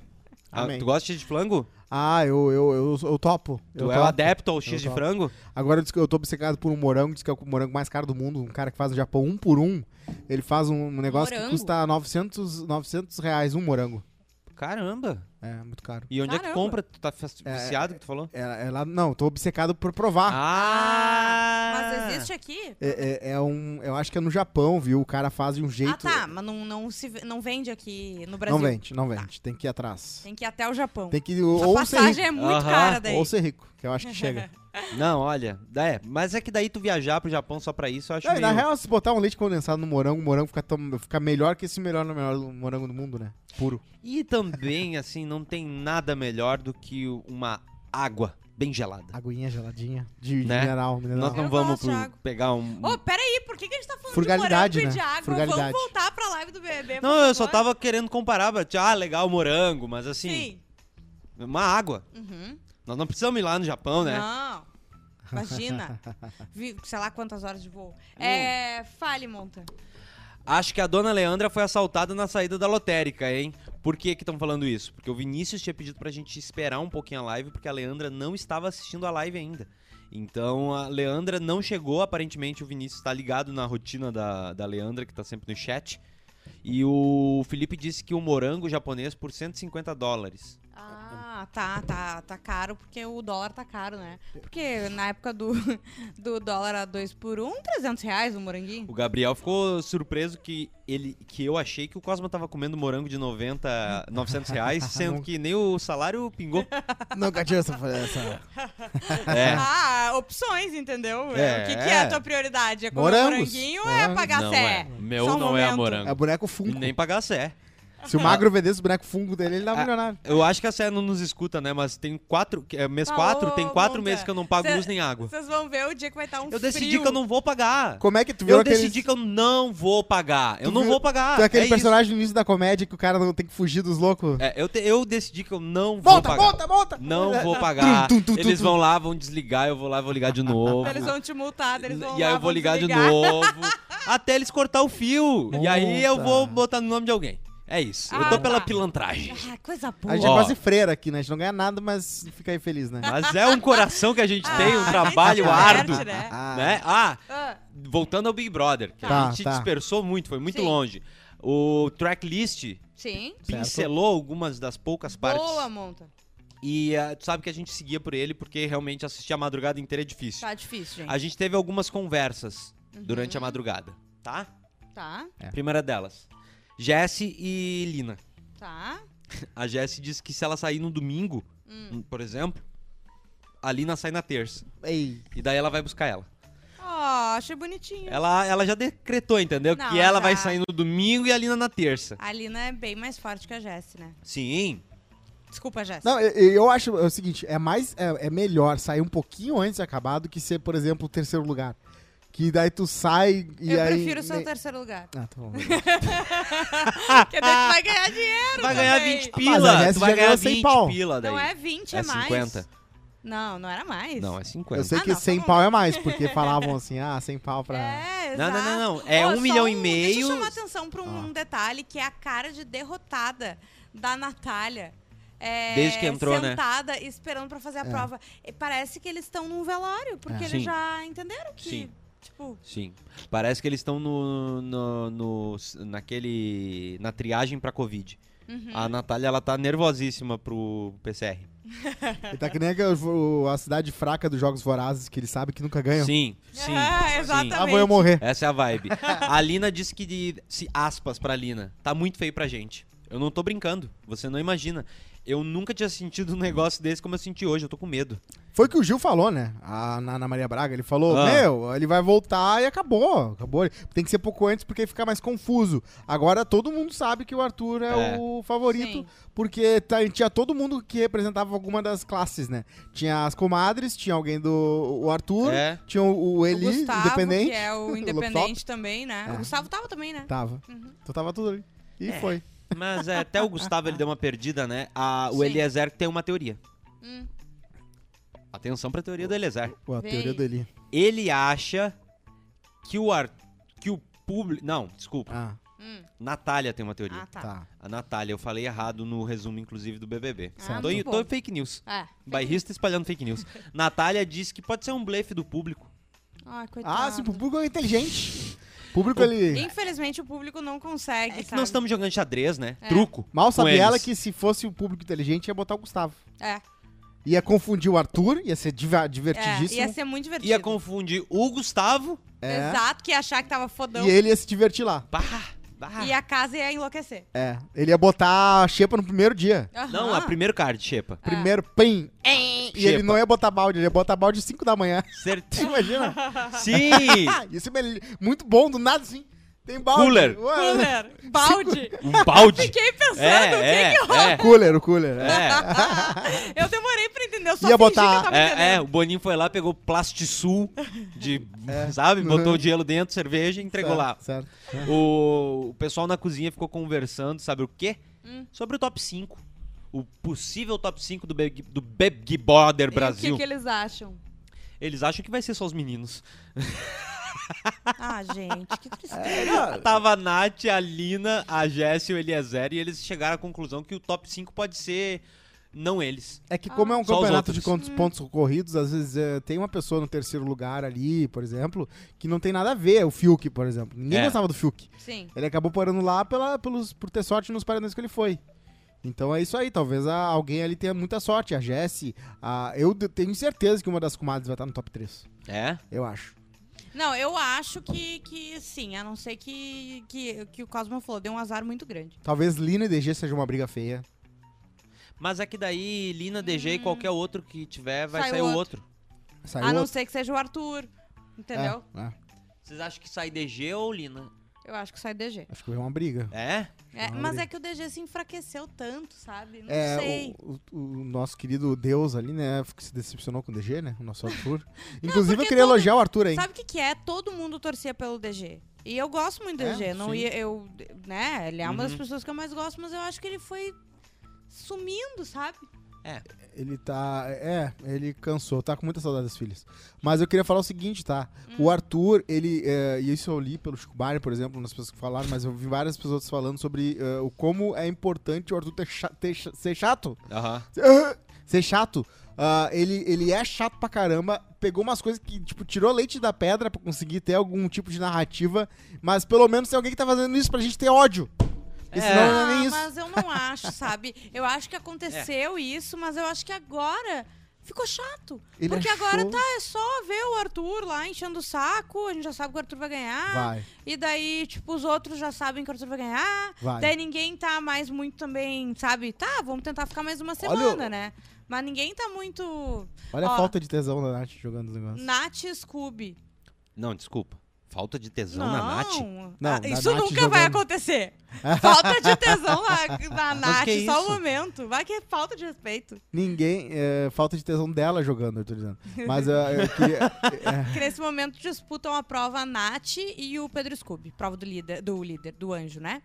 S3: Ah,
S4: Amém.
S3: tu gosta de X de flango?
S4: Ah, eu, eu, eu, eu topo.
S3: Tu
S4: eu
S3: é
S4: topo.
S3: adepto ao X
S4: Eu
S3: de
S4: topo.
S3: frango?
S4: Agora eu disse que eu tô obcecado por um morango, diz que é o morango mais caro do mundo, um cara que faz no Japão um por um. Ele faz um negócio
S2: Morango?
S4: que custa 900, 900 reais um morango.
S3: Caramba!
S4: É, muito caro.
S3: E onde é que
S2: Caramba.
S3: compra? Tu tá fas- viciado que tu falou?
S4: É, é lá- não, eu tô obcecado por provar.
S3: Ah!
S2: Ah. Mas existe aqui?
S4: É, é- é um, eu acho que é no Japão, viu? O cara faz de um jeito.
S2: Ah, tá, mas não, não, se, ve- não vende aqui no Brasil. Tá.
S4: Não vende, não vende. Tem que ir atrás.
S2: Tem que ir até o Japão.
S4: Tem que
S2: A
S4: ou ser
S2: passagem
S4: rico,
S2: é muito
S3: Aham,
S2: cara daí.
S4: ou ser rico, que eu acho que chega.
S2: um-
S3: Não, olha. É, mas é que daí tu viajar pro Japão só pra isso, eu acho
S4: Não, e na
S3: meio-
S4: real, se botar um leite condensado no morango, o morango fica, tão- fica melhor que esse melhor no melhor morango do mundo, né? Puro.
S3: E também, assim, não tem nada melhor do que uma água bem gelada.
S4: Aguinha geladinha. De
S3: Né?
S4: mineral, mineral.
S3: Nós não
S2: Eu
S3: vamos
S2: gosto de
S3: pro-
S2: água.
S3: pegar um.
S2: Ô, peraí, por que, que a gente tá falando
S4: Frugalidade,
S2: de morango e de
S4: né?
S2: água?
S4: Frugalidade.
S2: Vamos voltar pra live do BBB. por
S3: Não, eu só
S2: favor?
S3: tava querendo comparar. pra- Ah, legal, morango, mas assim,
S2: Sim.
S3: uma água.
S2: Uhum.
S3: Nós não né? precisamos ir lá no Japão, né?
S2: Não. Imagina. Vi- sei lá quantas horas de voo. É, fale, Monta.
S3: Acho que a dona Leandra foi assaltada na saída da lotérica, hein? Por que que estão falando isso? Porque o Vinícius tinha pedido pra gente esperar um pouquinho a live, porque a Leandra não estava assistindo a live ainda. Então a Leandra não chegou, aparentemente o Vinícius está ligado na rotina da, da Leandra, que tá sempre no chat. E o Felipe disse que o morango japonês por 150 dólares.
S2: Ah, tá, tá, tá caro porque o dólar tá caro, né? Porque na época do, do dólar a 2 por 1, um, 300 reais o moranguinho.
S3: O Gabriel ficou surpreso que ele que eu achei que o Cosma tava comendo morango de 90, 900 reais, sendo que nem o salário pingou.
S4: Nunca tinha essa. essa...
S3: É.
S2: Ah, opções, entendeu?
S3: É.
S2: O que, que é a tua prioridade? É comer
S4: Morangos.
S2: moranguinho ou é
S4: Morangos.
S2: pagar
S3: Não
S2: sé?
S3: é. Meu
S2: Só um
S3: não é a
S2: momento.
S3: morango.
S4: É boneco Funko.
S3: Nem pagar sé.
S4: Se o magro vendesse o boneco fungo dele, ele dava
S3: Ah,
S4: milionário.
S3: Eu acho que a Sé não nos escuta, né? Mas tem quatro. que é Mês
S2: Ah,
S3: quatro,
S2: ô,
S3: tem quatro
S2: Monta,
S3: meses que eu não pago
S2: cê-
S3: luz nem água.
S2: Vocês vão ver o dia que vai estar um
S3: Eu decidi
S2: frio.
S3: que eu não vou pagar.
S4: Como é que tu viu
S3: Eu
S4: aquele...
S3: decidi que eu não vou pagar. Eu
S4: Tu
S3: não
S4: viu-
S3: vou pagar.
S4: tu é aquele
S3: É isso.
S4: personagem no início da comédia que o cara não tem que fugir dos loucos?
S3: É, eu, te- eu decidi que eu não vou
S4: Volta,
S3: pagar.
S4: volta, volta!
S3: Não
S4: É,
S3: vou
S4: é.
S3: pagar.
S4: Tum, tum, tum,
S3: Eles
S4: tum.
S3: vão lá, vão desligar, eu vou lá, vou ligar de novo.
S2: Eles vão te multar, eles vão
S3: e
S2: lá,
S3: aí eu vou
S2: vão
S3: ligar de
S2: desligar.
S3: novo. até eles cortar o fio. E aí eu
S4: Puta.
S3: vou botar no nome de alguém. É isso. eu
S2: Ah,
S3: tô pela
S2: tá.
S3: pilantragem.
S2: Ah, coisa boa.
S4: A gente é
S3: Ó.
S4: quase freira aqui, né? A gente não ganha nada, mas fica aí feliz, né?
S3: Mas é um coração que a gente
S2: Ah,
S3: tem, um
S2: mas
S3: trabalho
S2: diverte,
S3: árduo.
S2: né?
S4: Ah.
S3: Né? Ah,
S2: Ah,
S3: voltando ao Big Brother, que
S4: Tá,
S3: a gente
S4: tá.
S3: dispersou muito, foi muito
S2: Sim.
S3: longe. O tracklist
S2: sim.
S3: pincelou algumas das poucas partes.
S2: Boa, monta.
S3: E ah, tu sabe que a gente seguia por ele porque realmente assistir a madrugada inteira é difícil.
S2: Tá Uhum. difícil, gente.
S3: A gente teve algumas conversas durante a madrugada, tá?
S2: Tá,
S4: É.
S3: Primeira delas, Jesse e Lina.
S2: tá.
S3: A Jesse disse que se ela sair no domingo,
S2: Hum.
S3: por exemplo, a Lina sai na terça.
S4: Ei.
S3: E daí ela vai buscar ela.
S2: Ó, achei bonitinho.
S3: Ela, ela já decretou, entendeu?
S2: Não,
S3: que ela
S2: já.
S3: vai sair no domingo e a Lina na terça.
S2: A Lina é bem mais forte que a Jess, né?
S3: Sim.
S2: Desculpa, Jess.
S4: Não, eu, eu acho é o seguinte, é mais é, é melhor sair um pouquinho antes de acabar do que ser, por exemplo, o terceiro lugar. Que daí tu sai e
S2: eu
S4: aí...
S2: prefiro ser o
S4: nem-
S2: terceiro lugar.
S4: Ah, tá bom.
S3: Ah!
S2: Porque daí tu vai ganhar dinheiro,
S3: Vai ganhar
S2: também.
S3: 20
S4: Mas a
S3: pila.
S4: Jess
S3: Tu vai
S4: já
S3: ganhar
S4: ganhou 100
S3: 20
S4: pau.
S3: pila daí.
S2: Não é 20, é,
S3: É
S2: mais.
S3: 50.
S2: Não, não era mais.
S3: Não, é 50.
S4: Eu sei
S2: Ah,
S4: que
S2: não, tá
S4: 100
S2: bom.
S4: pau é mais, porque falavam assim, ah, 100 pau pra...
S2: É,
S3: Não,
S2: exato.
S3: não, não, não. É
S2: Ó,
S3: um
S2: só
S3: milhão e
S2: Deixa eu
S3: meio.
S2: chamar atenção pra um detalhe que é a cara de derrotada da Natália. É,
S3: Desde que entrou, né?
S2: sentada, esperando pra fazer a prova. E parece que eles estão num velório, porque
S3: É.
S2: eles
S3: Sim.
S2: já entenderam que,
S3: Sim.
S2: tipo,
S3: Sim. Parece que eles estão no, no, no- naquele na triagem pra Covid.
S2: Uhum.
S3: A Natália ela tá nervosíssima pro PCR.
S4: Ele tá que nem aquela- o- a cidade fraca dos Jogos Vorazes, que ele sabe que nunca ganha.
S3: Sim, sim.
S2: Ah,
S3: sim.
S2: exatamente.
S4: Ah, vou eu morrer.
S3: Essa é a vibe. A Lina disse que de, se aspas pra Lina, tá muito feio pra gente. Eu não tô brincando, você não imagina. Eu nunca tinha sentido um negócio desse como eu senti hoje, eu tô com medo.
S4: Foi o que o Gil falou, né? A, na, na Maria Braga. Ele falou,
S3: Ah.
S4: meu, ele vai voltar e acabou. Acabou. Tem que ser pouco antes porque fica mais confuso. Agora todo mundo sabe que o Arthur é,
S3: É.
S4: o favorito.
S2: Sim.
S4: Porque tá- tinha todo mundo que representava alguma das classes, né? Tinha as comadres, tinha alguém do o Arthur,
S3: É.
S4: tinha o, o
S2: o
S4: Eli,
S2: Gustavo,
S4: independente.
S2: que é o independente também, né?
S4: É.
S2: O Gustavo tava também, né?
S4: Tava. Então tava tudo ali. E foi.
S3: Mas é, até o Gustavo ele deu uma perdida, né? A- o
S2: Sim.
S3: Eliezer tem uma teoria.
S2: Hum.
S3: Atenção pra teoria do Eliezer.
S4: Pô, a
S2: Vem
S4: teoria
S2: aí.
S4: do Eli.
S3: Ele acha que o ar, que o público, não, desculpa.
S4: Ah,
S2: Hum.
S3: Natália tem uma teoria.
S2: Ah, tá.
S4: tá.
S3: A Natália, eu falei errado no resumo inclusive do BBB.
S2: Ah,
S3: tô,
S2: muito
S3: tô
S2: bom.
S3: fake news.
S2: É.
S3: Bairrista espalhando fake news. Natália disse que pode ser um blefe do público.
S2: Ah, coitado.
S4: Ah, sim, o público é inteligente. O público, ele...
S2: Infelizmente o público não consegue,
S3: É que
S2: sabe?
S3: nós estamos jogando xadrez, né?
S2: É.
S3: Truco.
S4: Mal
S3: com
S4: sabe
S3: eles.
S4: ela que se fosse o público inteligente ia botar o Gustavo.
S2: É,
S4: Ia confundir o Arthur, ia ser diva-
S2: é,
S4: divertidíssimo.
S2: ia ser muito divertido.
S3: Ia confundir o Gustavo.
S4: É.
S2: Exato, que ia achar que tava fodão.
S4: E ele ia se divertir lá.
S3: Bah, bah.
S2: E a casa ia enlouquecer.
S4: É. Ele ia botar a Xepa no primeiro dia.
S3: Não,
S2: Aham.
S3: é primeiro card, Xepa.
S2: Ah.
S4: Primeiro, pim. E ele
S3: Xepa.
S4: não ia botar balde, ele ia botar balde às 5 da manhã.
S3: Certe...
S4: Imagina?
S3: Sim!
S4: Ah, Isso é mel- muito bom, do nada assim. Tem balde.
S3: Cooler.
S4: Ué,
S2: Cooler, balde.
S3: Um balde.
S2: Fiquei pensando o que
S3: é, é,
S2: que
S3: é,
S4: Cooler, o cooler. é.
S3: é,
S2: eu... Eu demorei pra entender, eu só fingi que
S4: Ia botar-
S2: eu tava
S3: é, é.
S2: entendendo.
S3: O Boninho foi lá, pegou plastisul de. Sabe? Botou o gelo dentro, cerveja e entregou lá.
S4: Certo.
S3: O, o pessoal na cozinha ficou conversando, sabe o quê?
S2: Hum.
S3: Sobre o top 5. O possível top 5 do Big, do Big Brother
S2: E
S3: Brasil.
S2: o que, que eles acham?
S3: Eles acham que vai ser só os meninos.
S2: Ah, gente, que tristeza.
S3: Tava a Nath, a Lina, a Jéssica e o Eliezer e eles chegaram à conclusão que o top 5 pode ser não eles.
S4: É que como é um
S3: Só os
S4: campeonato
S3: outros.
S4: de contos- pontos corridos, às vezes é, tem uma pessoa no terceiro lugar ali, por exemplo, que não tem nada a ver. O Fiuk, por exemplo. Ninguém
S3: É.
S4: gostava do Fiuk.
S2: Sim.
S4: Ele acabou parando lá pela, pelos, por ter sorte nos paredões que ele foi. Então é isso aí, talvez a- alguém ali tenha muita sorte. A Jessie, a- eu de- tenho certeza que uma das comadres vai estar no top 3.
S3: É?
S4: Eu acho.
S2: Não, eu acho que, que sim, a não ser que, que, que o Cosmo falou, deu um azar muito grande.
S4: Talvez Lina e DG seja uma briga feia.
S3: Mas é que daí Lina, DG e qualquer outro que tiver vai
S2: Hum. Sai o
S3: sair o
S2: outro.
S3: outro.
S4: Saiu
S2: a Ah, não
S4: outro-
S2: ser que seja o Arthur, entendeu?
S4: É, é.
S3: Vocês acham que sai DG ou Lina?
S2: Eu acho que sai DG.
S4: Acho que foi uma briga.
S3: É?
S2: É,
S4: Olha.
S2: mas é que o DG se enfraqueceu tanto, sabe? Não
S4: É,
S2: sei.
S4: o, o- o nosso querido Deus ali, né, que se decepcionou com o DG, né, o nosso Arthur. Inclusive, eu
S2: porque
S4: queria
S2: todo-
S4: elogiar o Arthur, hein.
S2: Sabe o que, que é? Todo mundo torcia pelo DG. E eu gosto muito do
S4: É,
S2: DG. Não
S4: sim.
S2: ia, eu, né? Ele é uma das
S3: Uhum.
S2: pessoas que eu mais gosto, mas eu acho que ele foi sumindo, sabe?
S4: Ele tá. É, ele cansou, tá com muita saudade das filhas. Mas eu queria falar o seguinte, tá?
S2: Hum.
S4: O Arthur, ele. é, e isso eu li pelo Chico Barney, por exemplo, nas pessoas que falaram, mas eu vi várias pessoas falando sobre é, o como é importante o Arthur ter cha- ter cha- ser chato.
S3: Aham.
S4: Ser chato. Ah, ele, ele é chato pra caramba, pegou umas coisas que, tipo, tirou leite da pedra pra conseguir ter algum tipo de narrativa, mas pelo menos tem alguém que tá fazendo isso pra gente ter ódio. E
S3: É.
S4: senão não é
S2: Ah,
S4: nem isso.
S2: mas eu não acho, sabe? Eu acho que aconteceu isso, mas eu acho que agora ficou chato.
S4: Ele
S2: porque
S4: achou-
S2: agora tá, é só ver o Arthur lá enchendo o saco, a gente já sabe que o Arthur vai ganhar.
S4: Vai,
S2: E daí, tipo, os outros já sabem que o Arthur vai ganhar.
S4: vai.
S2: Daí ninguém tá mais muito também, sabe? Tá, vamos tentar ficar mais uma
S4: Olha o-
S2: semana, né? Mas ninguém tá muito.
S4: Olha
S2: ó.
S4: a falta de tesão da Nath jogando os negócios.
S2: Nath e Scooby.
S3: Não, desculpa. Falta de tesão
S2: Não,
S3: na Nath?
S4: Não,
S2: Ah,
S4: da
S2: isso
S4: Nath
S2: nunca vai
S4: jogando.
S2: acontecer. Falta de tesão na, na
S3: Mas
S2: Nath,
S3: que é
S2: só o
S3: isso?
S2: momento. Vai que é falta de respeito.
S4: Ninguém. é, falta de tesão dela jogando, eu tô dizendo. Mas é, eu queria.
S2: Que nesse momento disputam a prova a Nath e o Pedro Scooby, prova do líder, do líder, do anjo, né?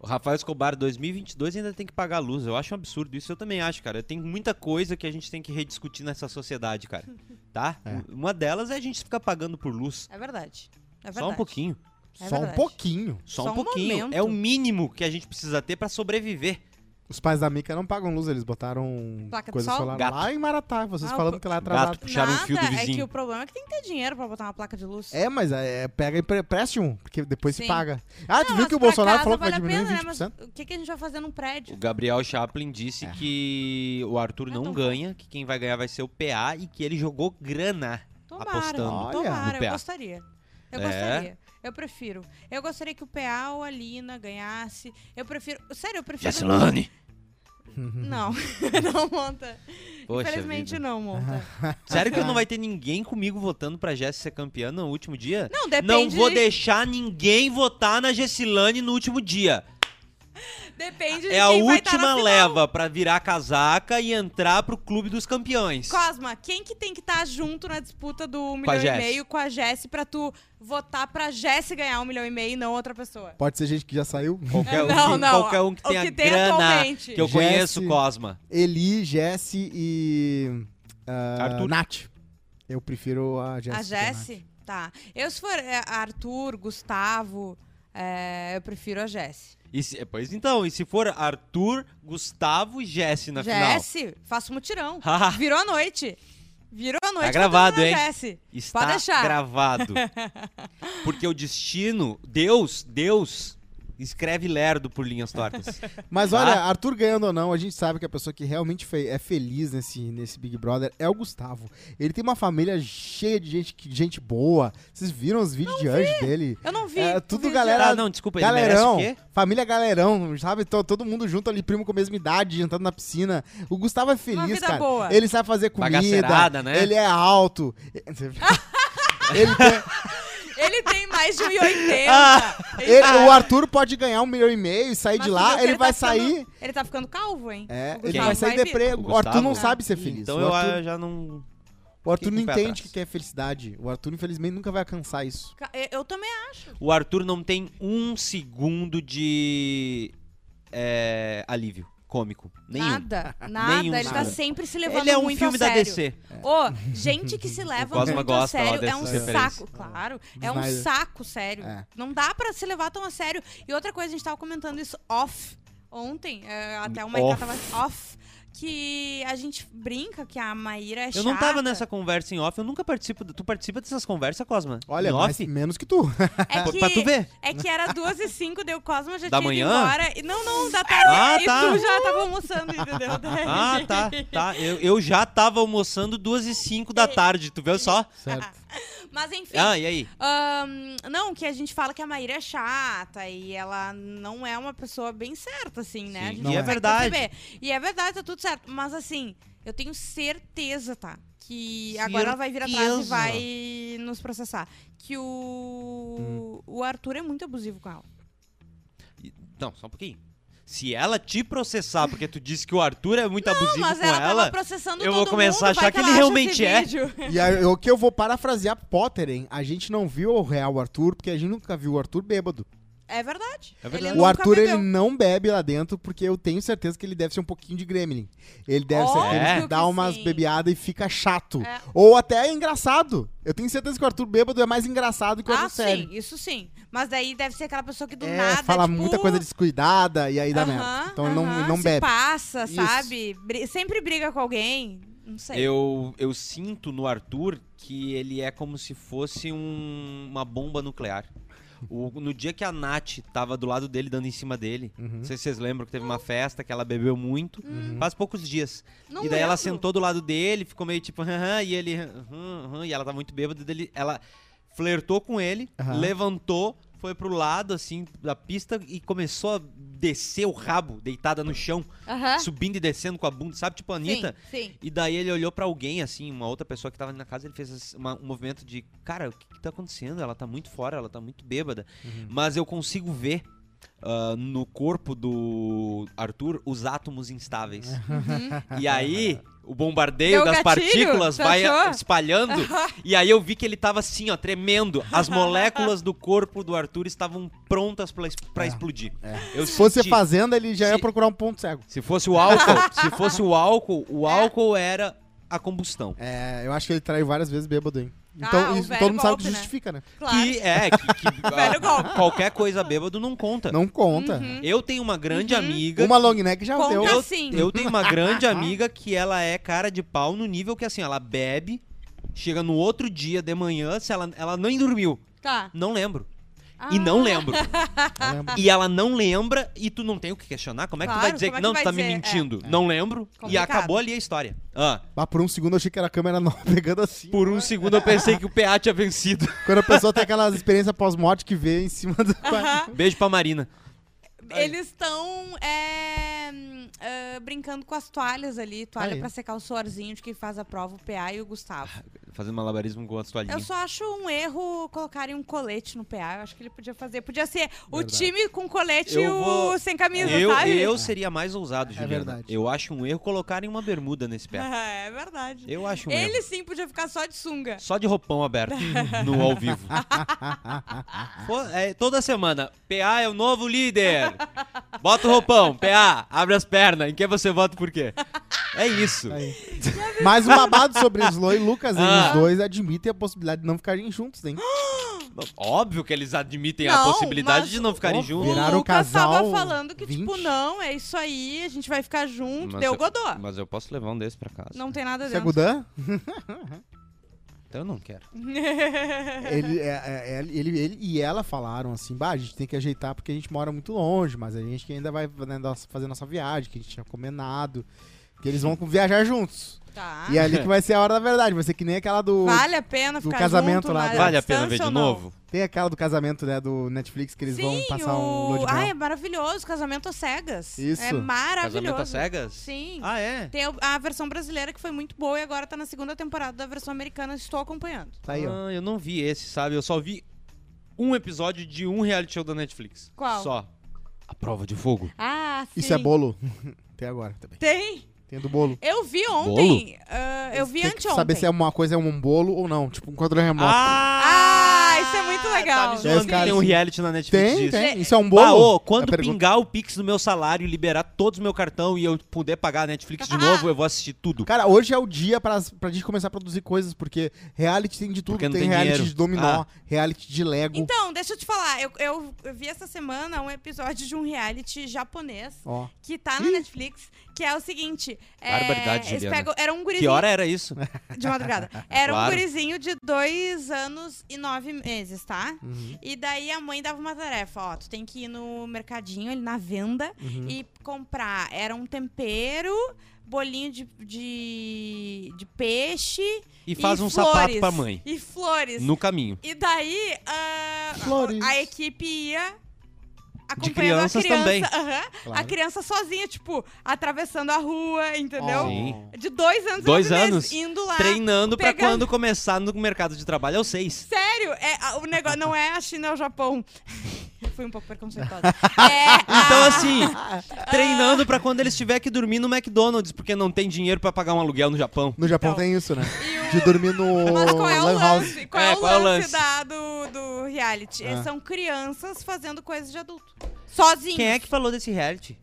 S3: O Rafael Escobar 2022 ainda tem que pagar a luz. Eu acho um absurdo isso. Eu também acho, cara. Tem muita coisa que a gente tem que rediscutir nessa sociedade, cara. Tá?
S4: É.
S3: Uma delas é a gente ficar pagando por luz.
S2: É verdade. É verdade.
S3: Só um pouquinho.
S2: É
S4: só um
S2: verdade.
S4: pouquinho.
S3: Só,
S2: Só
S3: um
S2: um
S3: pouquinho.
S2: momento.
S3: é o mínimo que a gente precisa ter pra sobreviver.
S4: Os pais da Mica não pagam luz, eles botaram
S2: Placa de
S4: coisas
S2: sol?
S4: solar
S3: Gato.
S4: lá em Maratá. Vocês
S2: Ah,
S4: falando
S2: o-
S4: que lá é atrasado.
S3: Gato. Puxaram o
S2: Nada
S3: fio do
S2: É que
S3: vizinho.
S2: o problema é que tem que ter dinheiro pra botar uma placa de luz.
S4: É, mas é, pega empre- empréstimo, um, porque depois se
S2: Sim.
S4: paga. Ah, tu
S2: Não,
S4: viu
S2: mas
S4: que o
S2: pra
S4: Bolsonaro
S2: casa
S4: falou que vai
S2: vale a
S4: diminuir
S2: pena, né?
S4: 20%?
S2: Mas o que, que a gente vai fazer num prédio?
S3: O Gabriel Chaplin disse que o Arthur
S2: Ah,
S3: não
S2: então
S3: ganha, que quem vai ganhar vai ser o PA e que ele jogou grana.
S2: Tomara,
S3: apostando
S4: Olha.
S2: tomara,
S3: no PA.
S2: eu gostaria. Eu
S3: É?
S2: gostaria. Eu prefiro. Eu gostaria que o PA ou a Lina ganhasse. Eu prefiro. Sério, eu prefiro.
S3: Jessilane!
S4: Uhum.
S2: Não, não monta.
S3: Poxa
S2: Infelizmente
S3: vida.
S2: não tá. monta.
S3: Sério que não vai ter ninguém comigo votando pra Jess ser campeã no último dia?
S2: Não, depende.
S3: Não vou deixar ninguém votar na Gessilane no último dia.
S2: Depende de
S3: É a
S2: quem vai tá na
S3: última
S2: final.
S3: leva pra virar casaca e entrar pro clube dos campeões.
S2: Cosma, quem que tem que estar junto na disputa do um
S3: Com a
S2: milhão e
S3: Jess.
S2: meio com a Jess pra tu votar pra Jess ganhar um milhão e meio e não outra pessoa?
S4: Pode ser gente que já saiu.
S3: Qualquer um,
S2: Não,
S3: que,
S2: não,
S3: Qualquer um que
S2: o
S3: tenha
S2: que tem
S3: grana
S2: atualmente.
S3: que eu
S4: Jess-
S3: conheço, Cosma.
S4: Eli, Jesse e. ah,
S3: Arthur.
S4: Nath. Eu prefiro a Jesse.
S2: a
S4: que Nath.
S2: Jess? Tá. Eu, se for é, Arthur, Gustavo, é, eu prefiro a Jess.
S3: E se- pois então, e se for Arthur, Gustavo e Jesse na final?
S2: Jess, faço um mutirão.
S3: Haha,
S2: Virou a noite. Virou a noite.
S3: Tá gravado,
S2: botando na
S3: hein?
S2: Jess.
S3: Está
S2: Pode deixar.
S3: gravado. Porque o destino, Deus, Deus, escreve lerdo por linhas tortas.
S4: Mas
S3: Tá?
S4: olha, Arthur ganhando ou não, a gente sabe que a pessoa que realmente fe- é feliz nesse, nesse Big Brother é o Gustavo. Ele tem uma família cheia de gente, que- gente boa. Vocês viram os vídeos de anjo dele?
S2: Eu não vi.
S4: É,
S2: não
S4: tudo
S2: vi,
S4: galera-
S3: Ah, não, desculpa, ele
S4: Galerão,
S3: merece o quê?
S4: família galerão, sabe? To- Todo mundo junto ali, primo com a mesma idade, jantando na piscina. O Gustavo é feliz,
S2: vida
S4: cara.
S2: boa.
S4: Ele sabe fazer comida.
S3: Bagaceirada, né?
S4: Ele é alto. ele tem-
S2: Ele tem mais de 1,80.
S4: Ah, ele-
S2: tá-
S4: o Arthur pode ganhar um milhão e meio e sair
S2: Mas
S4: de
S2: tu viu
S4: lá,
S2: que
S4: ele, vai
S2: tá ficando-
S4: sair.
S2: Ele tá ficando calvo, hein?
S4: É,
S2: O
S4: ele
S2: Gustavo
S4: vai sair
S2: vir.
S4: deprego.
S3: O
S4: O Arthur não
S3: Gustavo?
S4: sabe ser feliz.
S3: Então
S4: O
S3: eu
S4: Arthur-
S3: ah, já não.
S4: O Arthur não
S3: Fiquei com o pé
S4: entende o
S3: atrás.
S4: que é felicidade. O Arthur, infelizmente, nunca vai alcançar isso.
S2: Ca- eu- Eu também
S3: O Arthur não tem um segundo de é, alívio cômico. Nenhum.
S2: Nada, nada.
S3: Nenhum,
S2: ele
S3: nada.
S2: tá sempre se levando
S3: Ele é um
S2: muito
S3: filme
S2: a
S3: da
S2: sério.
S3: DC.
S2: Ô, gente que se leva
S3: É. Cosma
S2: muito
S3: gosta
S2: a
S3: lá
S2: sério é um
S3: dessas referências.
S2: saco, claro. É um
S4: Snyder.
S2: saco, sério.
S4: É.
S2: Não dá pra se levar tão a sério. E outra coisa, a gente tava comentando isso off ontem, é, até o Maiká
S3: Off.
S2: tava off, que a gente brinca que a Maíra é chata.
S3: Eu não tava nessa conversa em off, eu nunca participo. Tu participa dessas conversas, Cosma?
S4: Olha,
S3: em
S4: mas
S3: off?
S4: menos que tu.
S2: É
S3: Pra-
S2: que,
S3: Pra tu ver.
S2: É que era duas e cinco, deu Cosma, já
S3: Da
S2: tinha
S3: manhã?
S2: ido embora. E- Não, não, da tarde.
S3: Ah,
S2: e
S3: tá.
S2: tu já tava almoçando, entendeu?
S3: Ah, tá, tá. Eu, eu já tava almoçando duas e cinco
S2: É.
S3: da tarde, tu viu só?
S4: Certo.
S2: Mas enfim,
S3: Ah, e aí?
S2: Ahn, não, que a gente fala que a Maíra é chata e ela não é uma pessoa bem certa, assim, né?
S3: Sim,
S2: A gente
S4: e é
S2: consegue
S3: verdade.
S2: perceber. E é verdade, tá tudo certo. Mas assim, Eu tenho certeza, tá? Que agora ela vai vir atrás e
S3: Certeza.
S2: vai nos processar. Que o.
S3: Hum.
S2: O Arthur é muito abusivo com ela.
S3: E- Não, só um pouquinho. Se ela te processar porque tu disse que o Arthur é muito abusivo
S2: Mas
S3: com
S2: ela,
S3: ela,
S2: tava processando
S3: eu
S2: todo
S3: vou começar a
S2: mundo, vai
S3: achar que ele
S2: ela acha
S3: realmente
S2: esse
S3: é.
S2: vídeo.
S4: E aí, o que eu vou parafrasear Potter, hein? A gente não viu o real Arthur, porque a gente nunca viu o Arthur bêbado.
S2: É verdade.
S5: É verdade.
S2: Ele
S4: o
S2: nunca
S4: Arthur,
S2: bebeu.
S4: ele não bebe lá dentro, porque eu tenho certeza que ele deve ser um pouquinho de gremlin. Ele deve ser
S2: Óbvio
S4: aquele
S2: que
S4: que dá umas
S2: sim.
S4: bebeadas e fica chato.
S2: É.
S4: Ou até é engraçado. Eu tenho certeza que o Arthur bêbado é mais engraçado que o Arthur
S2: Ah,
S4: sério.
S2: sim, isso sim. Mas daí deve ser aquela pessoa que do
S4: É,
S2: nada.
S4: fala
S2: tipo,
S4: muita coisa descuidada e aí dá
S2: aham,
S4: merda. Então ele não,
S2: aham,
S4: ele não
S2: se
S4: bebe.
S2: passa,
S4: Isso.
S2: sabe? Bri- sempre briga com alguém. Não sei.
S3: eu, eu sinto no Arthur que ele é como se fosse um- uma bomba nuclear. O- no dia que a Nath tava do lado dele, dando em cima dele, não sei se vocês lembram que teve uma festa que ela bebeu muito,
S2: Uhum.
S3: faz poucos dias.
S2: Não
S3: e daí ela
S2: lembro.
S3: sentou do lado dele, ficou meio tipo, aham, e ele, aham, aham, e ela tá muito bêbada, dele, ela flertou com ele,
S4: Aham.
S3: levantou, foi pro lado, assim, da pista e começou a descer o rabo, deitada no chão,
S2: Aham.
S3: subindo e descendo com a bunda, sabe? Tipo a Anitta.
S2: Ah. Sim, sim.
S3: E daí ele olhou pra alguém, assim, uma outra pessoa que tava na casa, ele fez assim, uma- um movimento de, cara, o que, que tá acontecendo? Ela tá muito fora, ela tá muito bêbada.
S4: Uhum.
S3: Mas eu consigo ver ah, no corpo do Arthur os átomos instáveis. E aí o bombardeio
S2: Uhum. Deu
S3: das
S2: gatilho,
S3: partículas
S2: tu
S3: vai
S2: achou?
S3: espalhando. e aí eu vi que ele tava assim, ó, tremendo. As moléculas do corpo do Arthur estavam prontas pra es- pra
S4: É,
S3: explodir. Eu
S4: Se fosse
S3: senti.
S4: fazenda, ele já ia
S3: Se-
S4: procurar um ponto cego.
S3: Se fosse o álcool, se fosse o álcool,
S2: É.
S3: o álcool era a combustão.
S4: É, eu acho que ele traiu várias vezes bêbado, hein?
S2: Ah,
S4: Então,
S2: o
S4: isso,
S2: velho
S4: todo mundo sabe
S2: golpe,
S4: que
S2: né?
S4: justifica, né?
S2: Claro.
S3: Que é, que, que,
S2: Velho
S3: ah,
S2: golpe.
S3: qualquer coisa bêbado não conta.
S4: Não conta.
S3: Eu tenho uma grande amiga.
S4: Uma long neck já
S2: Uhum. Conta
S4: deu.
S3: Eu,
S2: Assim.
S3: eu tenho uma grande amiga que ela é cara de pau no nível que assim, ela bebe, chega no outro dia de manhã, se ela, ela nem dormiu.
S2: Tá. Ah,
S3: Não lembro. E não lembro.
S4: Eu lembro.
S3: E ela não lembra e tu não tem o que questionar. Como é que tu vai
S2: Claro,
S3: dizer
S2: como
S3: que
S2: é que
S3: não,
S2: vai
S3: tu tá me
S2: dizer? É.
S3: mentindo? Não lembro. E
S2: Complicado.
S3: acabou ali a história. Ah,
S4: Mas por um segundo eu achei que era a câmera nova pegando assim.
S3: por um segundo eu pensei que o PA tinha vencido.
S4: Quando a pessoa tem aquelas experiências pós-morte que vê em cima do quarto.
S3: Beijo pra Marina.
S2: Eles estão é, hum, ah, brincando com as toalhas ali, toalha
S4: Aí. Ah,
S2: pra secar o suorzinho de quem faz a prova, o PA e o Gustavo.
S3: Fazendo malabarismo com as
S2: Eu
S3: toalhinhas.
S2: só acho um erro colocarem um colete no PA. Eu acho que ele podia fazer. Podia ser o
S4: Verdade.
S2: time com colete
S3: Eu
S2: e o
S3: vou-
S2: sem camisa,
S3: Eu,
S2: sabe?
S3: eu seria mais ousado, Juliana.
S4: verdade.
S3: Eu acho um erro colocarem uma bermuda nesse pé.
S2: É verdade.
S3: Eu acho um erro.
S2: Ele sim podia ficar só de sunga.
S3: Só de roupão aberto no ao vivo. Pô, é, toda semana, PA é o novo líder. Bota o roupão, PA, abre as pernas. Em quem você vota e por quê? É isso.
S4: Aí. Mas o um babado sobre Slow e Lucas, hein?
S3: Ah.
S4: Os dois admitem a possibilidade de não ficarem juntos, hein?
S3: Óbvio que eles admitem a
S2: Não,
S3: possibilidade
S2: mas
S3: de não ficarem
S4: o-
S2: O
S3: juntos.
S4: Viraram
S2: Lucas tava
S4: casal
S2: falando que, tipo,
S4: 20.
S2: não, é isso aí, a gente vai ficar junto.
S3: Mas
S2: Deu
S3: eu-
S2: Godô.
S3: Mas eu posso levar um desse pra casa.
S2: Não tem nada
S4: Você é
S2: dentro.
S4: Gudan?
S3: Então eu não quero.
S4: Ele, é- é- é- ele, ele e ela falaram assim, bah, a gente tem que ajeitar porque a gente mora muito longe, mas a gente que ainda vai né, nossa- fazer nossa viagem, que a gente tinha combinado. Que eles vão viajar juntos.
S2: Tá.
S4: E é ali que vai ser a hora da verdade. Vai ser que nem aquela do.
S2: Vale a pena
S4: do
S2: ficar
S4: casamento
S2: junto
S4: lá
S2: na
S4: do-
S3: Vale a pena ver
S2: distância
S3: de
S2: ou não?
S3: novo?
S4: Tem aquela do casamento, né? Do Netflix que eles vão
S2: Sim,
S4: passar um
S2: o...
S4: load
S2: Ah, é maravilhoso, casamento às cegas.
S4: Isso.
S2: É
S4: Casamento
S2: maravilhoso.
S3: Casamento às cegas?
S2: Sim.
S3: Ah, é?
S2: Tem o- a versão brasileira que foi muito boa e agora tá na segunda temporada da versão americana. Estou acompanhando.
S4: Tá aí, ó.
S3: Ah, eu não vi esse, sabe? Eu só vi um episódio de um reality show da Netflix.
S2: Qual?
S3: Só. A prova de fogo.
S2: Ah, sim.
S4: Isso é bolo. Até agora também.
S2: Tem.
S4: Tem do bolo.
S2: Eu vi ontem. ah, eu vi
S4: Tem que
S2: anteontem.
S4: saber se é uma coisa é um bolo ou não. Tipo, um controle remoto.
S2: Ah, isso é muito legal.
S3: Tá me zoando
S4: Sim.
S3: que tem um reality na Netflix
S4: tem,
S3: disso.
S4: tem. Isso é um
S3: Bah,
S4: bolo?
S3: ô, quando
S4: É a pergunta.
S3: pingar o Pix do meu salário e liberar todos o meu cartão e eu puder pagar a Netflix de novo, eu vou assistir tudo.
S4: Cara, hoje é o dia pra, pra gente começar a produzir coisas, porque reality tem de tudo.
S3: Porque
S4: Tem,
S3: não tem
S4: reality
S3: dinheiro. Ah.
S4: de dominó, reality de Lego.
S2: Então, deixa eu te falar. Eu, eu- eu vi essa semana um episódio de um reality japonês
S4: Ó.
S2: que tá na Netflix, que é o seguinte. é,
S3: Barbaridade,
S2: eles
S3: Juliana.
S2: pegam- era um
S3: Que
S2: gurizinho
S3: hora era isso?
S2: de madrugada. Era
S3: Claro.
S2: um gurizinho de dois anos e nove meses, tá?
S4: uhum,
S2: E daí a mãe dava uma tarefa, ó, tu tem que ir no mercadinho, ele na venda,
S3: Uhum.
S2: e comprar. Era um tempero, bolinho de, de, de peixe.
S3: E faz um sapato
S2: flores.
S3: pra mãe.
S2: E flores.
S3: No caminho.
S2: E daí, ah,
S4: Flores.
S2: a equipe ia acompanhando
S3: crianças
S2: a criança.
S3: também.
S2: aham, A
S4: Claro.
S2: criança sozinha, tipo, atravessando a rua, entendeu?
S3: Sim.
S2: De dois anos, a
S3: Dois
S2: dois meses,
S3: anos.
S2: indo lá.
S3: Treinando pra
S2: pegando-
S3: quando começar no mercado de trabalho aos seis.
S2: Sério, é, a- o negócio não é a China, é o Japão. Eu fui um pouco preconceituosa. É,
S3: Então,
S2: a-
S3: assim, treinando pra quando eles tiver que dormir no McDonald's, porque não tem dinheiro pra pagar um aluguel no Japão.
S4: No Japão
S2: Então.
S4: tem isso, né? De dormir no
S2: Mas qual é o
S4: Oh, lan house.
S2: lance? Qual é,
S3: É,
S2: o
S3: qual é o
S2: lance,
S3: lance?
S2: da- do, do reality?
S4: Ah.
S2: São crianças fazendo coisas de adulto. Sozinhos.
S3: Quem é que falou desse reality?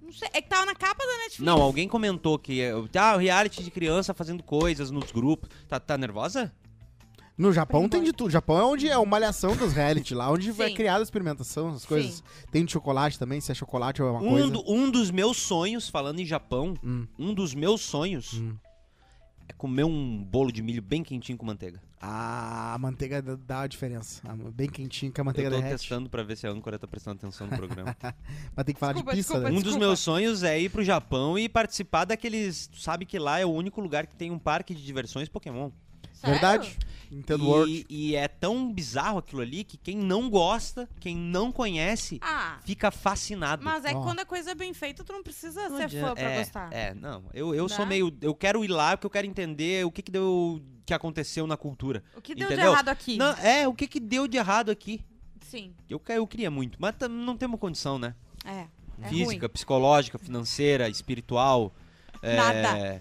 S2: Não sei, é que tava na capa da Netflix.
S3: Não, alguém comentou que. é, Ah, o reality de criança fazendo coisas nos grupos. Tá, tá nervosa?
S4: No Japão tem de tudo. Japão é onde é uma malhação dos reality lá, onde é
S2: Sim.
S4: criada a experimentação, as coisas. Tem de chocolate também, se é chocolate ou é uma
S3: Um,
S4: coisa.
S3: do- um dos meus sonhos, falando em Japão,
S4: Hum.
S3: um dos meus sonhos
S4: Hum.
S3: é comer um bolo de milho bem quentinho com manteiga.
S4: Ah, a manteiga dá- dá a diferença. Ah, Bem quentinho que a
S3: Eu
S4: manteiga
S3: tô
S4: derrete.
S3: testando pra ver se a âncora tá prestando atenção no programa.
S4: Mas tem que falar
S2: Desculpa,
S4: de pizza,
S2: desculpa,
S4: né?
S3: um dos meus sonhos é ir pro Japão e participar daqueles. Tu sabe que lá é o único lugar que tem um parque de diversões Pokémon.
S2: Sério?
S4: Verdade? Nintendo
S3: e,
S4: World.
S3: e é tão bizarro aquilo ali que quem não gosta, quem não conhece,
S2: Ah,
S3: fica fascinado.
S2: mas é que
S4: Ó.
S2: quando a coisa é bem feita, tu não precisa ser
S3: Não
S2: fã
S3: adianta-
S2: pra
S3: é,
S2: gostar.
S3: É, não. Eu, eu sou
S2: Né?
S3: meio. Eu quero ir lá porque eu quero entender o que, que deu. que aconteceu na cultura.
S2: O que deu de
S3: Entendeu?
S2: errado aqui?
S3: Não, é, o que, que deu de errado aqui?
S2: Sim,
S3: Eu, que- eu queria muito, mas tam- não temos condição, né?
S2: é. é
S3: Física,
S2: ruim.
S3: psicológica, financeira, espiritual. é,
S2: Nada.
S3: é,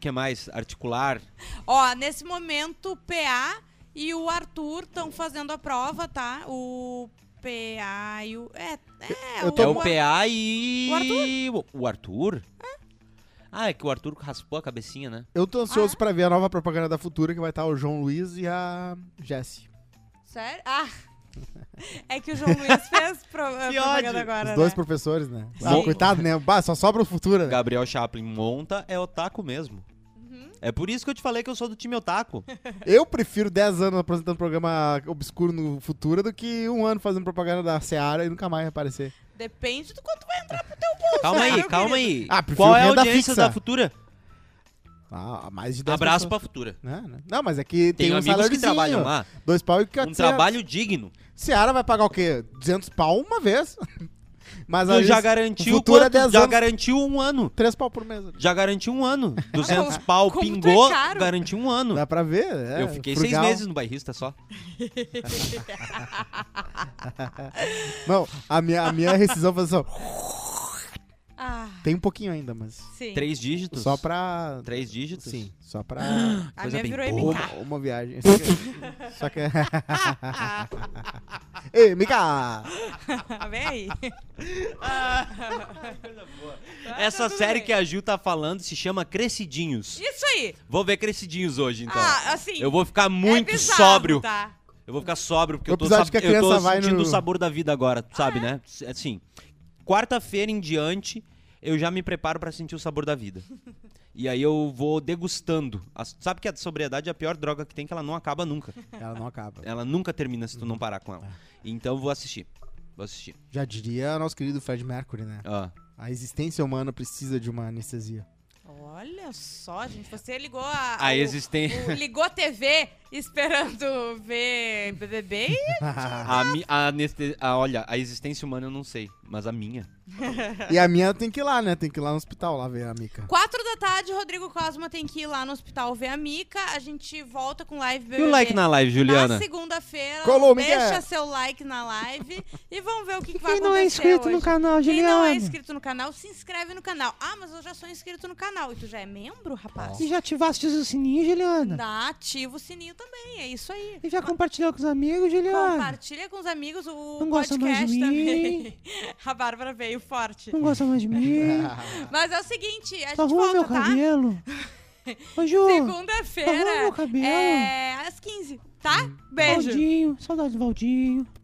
S3: que mais? Articular.
S2: Ó, nesse momento, o PA e o Arthur estão fazendo a prova, tá? O PA e o. É, é,
S4: Eu tô-
S3: é o
S2: Ar-
S3: PA e. O Arthur? O Arthur? Ah, é que o Arthur raspou a cabecinha, né?
S4: Eu tô
S2: Ah?
S4: ansioso pra ver a nova propaganda da Futura, que vai estar o João Luiz e a Jessie.
S2: Sério? Ah! É que o João Luiz fez pro,
S3: Que
S2: propaganda
S3: ódio.
S2: agora.
S4: Os dois
S2: né?
S4: professores, né?
S3: Sim.
S4: Ah, coitado, né? Bah, só sobra o Futura, né?
S3: Gabriel Chaplin monta, é otaku mesmo.
S2: Uhum.
S3: É por isso que eu te falei que eu sou do time otaku.
S4: Eu prefiro 10 anos apresentando programa obscuro no Futura do que um ano fazendo propaganda da Seara e nunca mais aparecer.
S2: Depende do quanto vai entrar pro
S3: Calma aí,
S2: Bolsonaro,
S3: calma aí.
S4: Ah, prefiro
S3: Qual é a
S4: renda
S3: audiência
S4: fixa.
S3: da Futura?
S4: Ah, mais de 10
S3: Abraço
S4: pessoas.
S3: pra Futura.
S4: Né, né? Não, mas é que tem,
S3: Tenho
S4: um
S3: amigos que
S4: saláriozinho,
S3: trabalham lá.
S4: Dois pau e
S3: Um trabalho digno.
S4: Seara vai pagar o quê? 200 pau uma vez. Mas
S3: Tu
S4: aí
S3: já garantiu
S4: Futura é
S3: quanto?
S4: 10
S3: Já
S4: anos.
S3: garantiu um ano.
S4: 3 pau por mês.
S3: Já garantiu um ano. 200
S2: Como-
S3: pau,
S2: como tu é
S3: pingou,
S2: caro.
S3: garantiu um ano.
S4: Dá pra ver. é,
S3: eu fiquei
S4: frugal.
S3: seis meses no bairrista só.
S4: Não, a minha, a minha rescisão foi só.
S2: Ah,
S4: Tem um pouquinho ainda, mas.
S2: sim.
S3: Três dígitos.
S4: Só pra.
S3: Três dígitos?
S4: Sim, só pra.
S2: A
S3: coisa
S2: minha
S3: bem
S2: virou
S3: boa.
S2: MK.
S4: uma, uma viagem. Só que- Só que. Ei, Mika!
S2: Ah, Vem aí. Ah.
S3: Essa
S2: tudo
S3: série
S2: bem.
S3: que a Ju tá falando se chama Crescidinhos.
S2: Isso aí.
S3: Vou ver Crescidinhos hoje, então.
S2: ah, assim.
S3: Eu vou ficar
S2: é
S3: muito
S2: bizarro,
S3: sóbrio.
S2: Tá?
S3: Eu vou ficar sóbrio, porque
S4: O
S3: eu tô,
S4: episódio
S3: sab-
S4: que a
S3: eu tô
S4: criança vai
S3: sentindo
S4: no-
S3: o sabor da vida agora, tu sabe, né? Assim, quarta-feira em diante, eu já me preparo pra sentir o sabor da vida. E aí eu vou degustando. As- Sabe que a sobriedade é a pior droga que tem, que ela não acaba nunca.
S4: Ela não acaba.
S3: Ela nunca termina se tu não parar com ela. Então eu vou assistir. Vou assistir.
S4: Já diria nosso querido Fred Mercury, né?
S3: Ó.
S4: A existência humana precisa de uma anestesia.
S2: Olha só, gente. Você ligou a.
S3: A
S2: o-
S3: existência.
S2: o- ligou a TV esperando ver BBB?
S3: A, mi- a aneste- a- olha, a existência humana eu não sei, mas a minha.
S4: e a minha tem que ir lá, né? Tem que ir lá no hospital lá ver a Mika.
S2: Quatro da tarde, Rodrigo Cosma tem que ir lá no hospital ver a Mica. A gente volta com live
S3: E
S2: BBB.
S3: o like na live, Juliana?
S2: Na segunda-feira,
S4: Colou, Miguel.
S2: deixa seu like na live e vamos ver o que, que vai
S6: Quem
S2: acontecer
S6: não é inscrito
S2: hoje.
S6: no canal,
S2: Quem não
S6: Juliana?
S2: é inscrito no canal, se inscreve no canal. Ah, mas eu já sou inscrito no canal. E tu já é membro, rapaz?
S6: E já ativaste o sininho, Juliana?
S2: Dá, ativa o sininho também, é isso aí.
S6: E já compartilhou com os amigos, Juliana?
S2: Compartilha com os amigos o
S6: Não gosta mais
S2: podcast
S6: de
S2: também. A Bárbara veio forte.
S6: Não gosta mais de mim?
S2: Mas é o seguinte, a gente
S6: Arruma meu
S2: volta, tá?
S6: cabelo. Ô, Ju.
S2: Segunda-feira.
S6: Arruma meu cabelo.
S2: É, às 15, tá? Beijo.
S6: Valdinho. Saudade do Valdinho.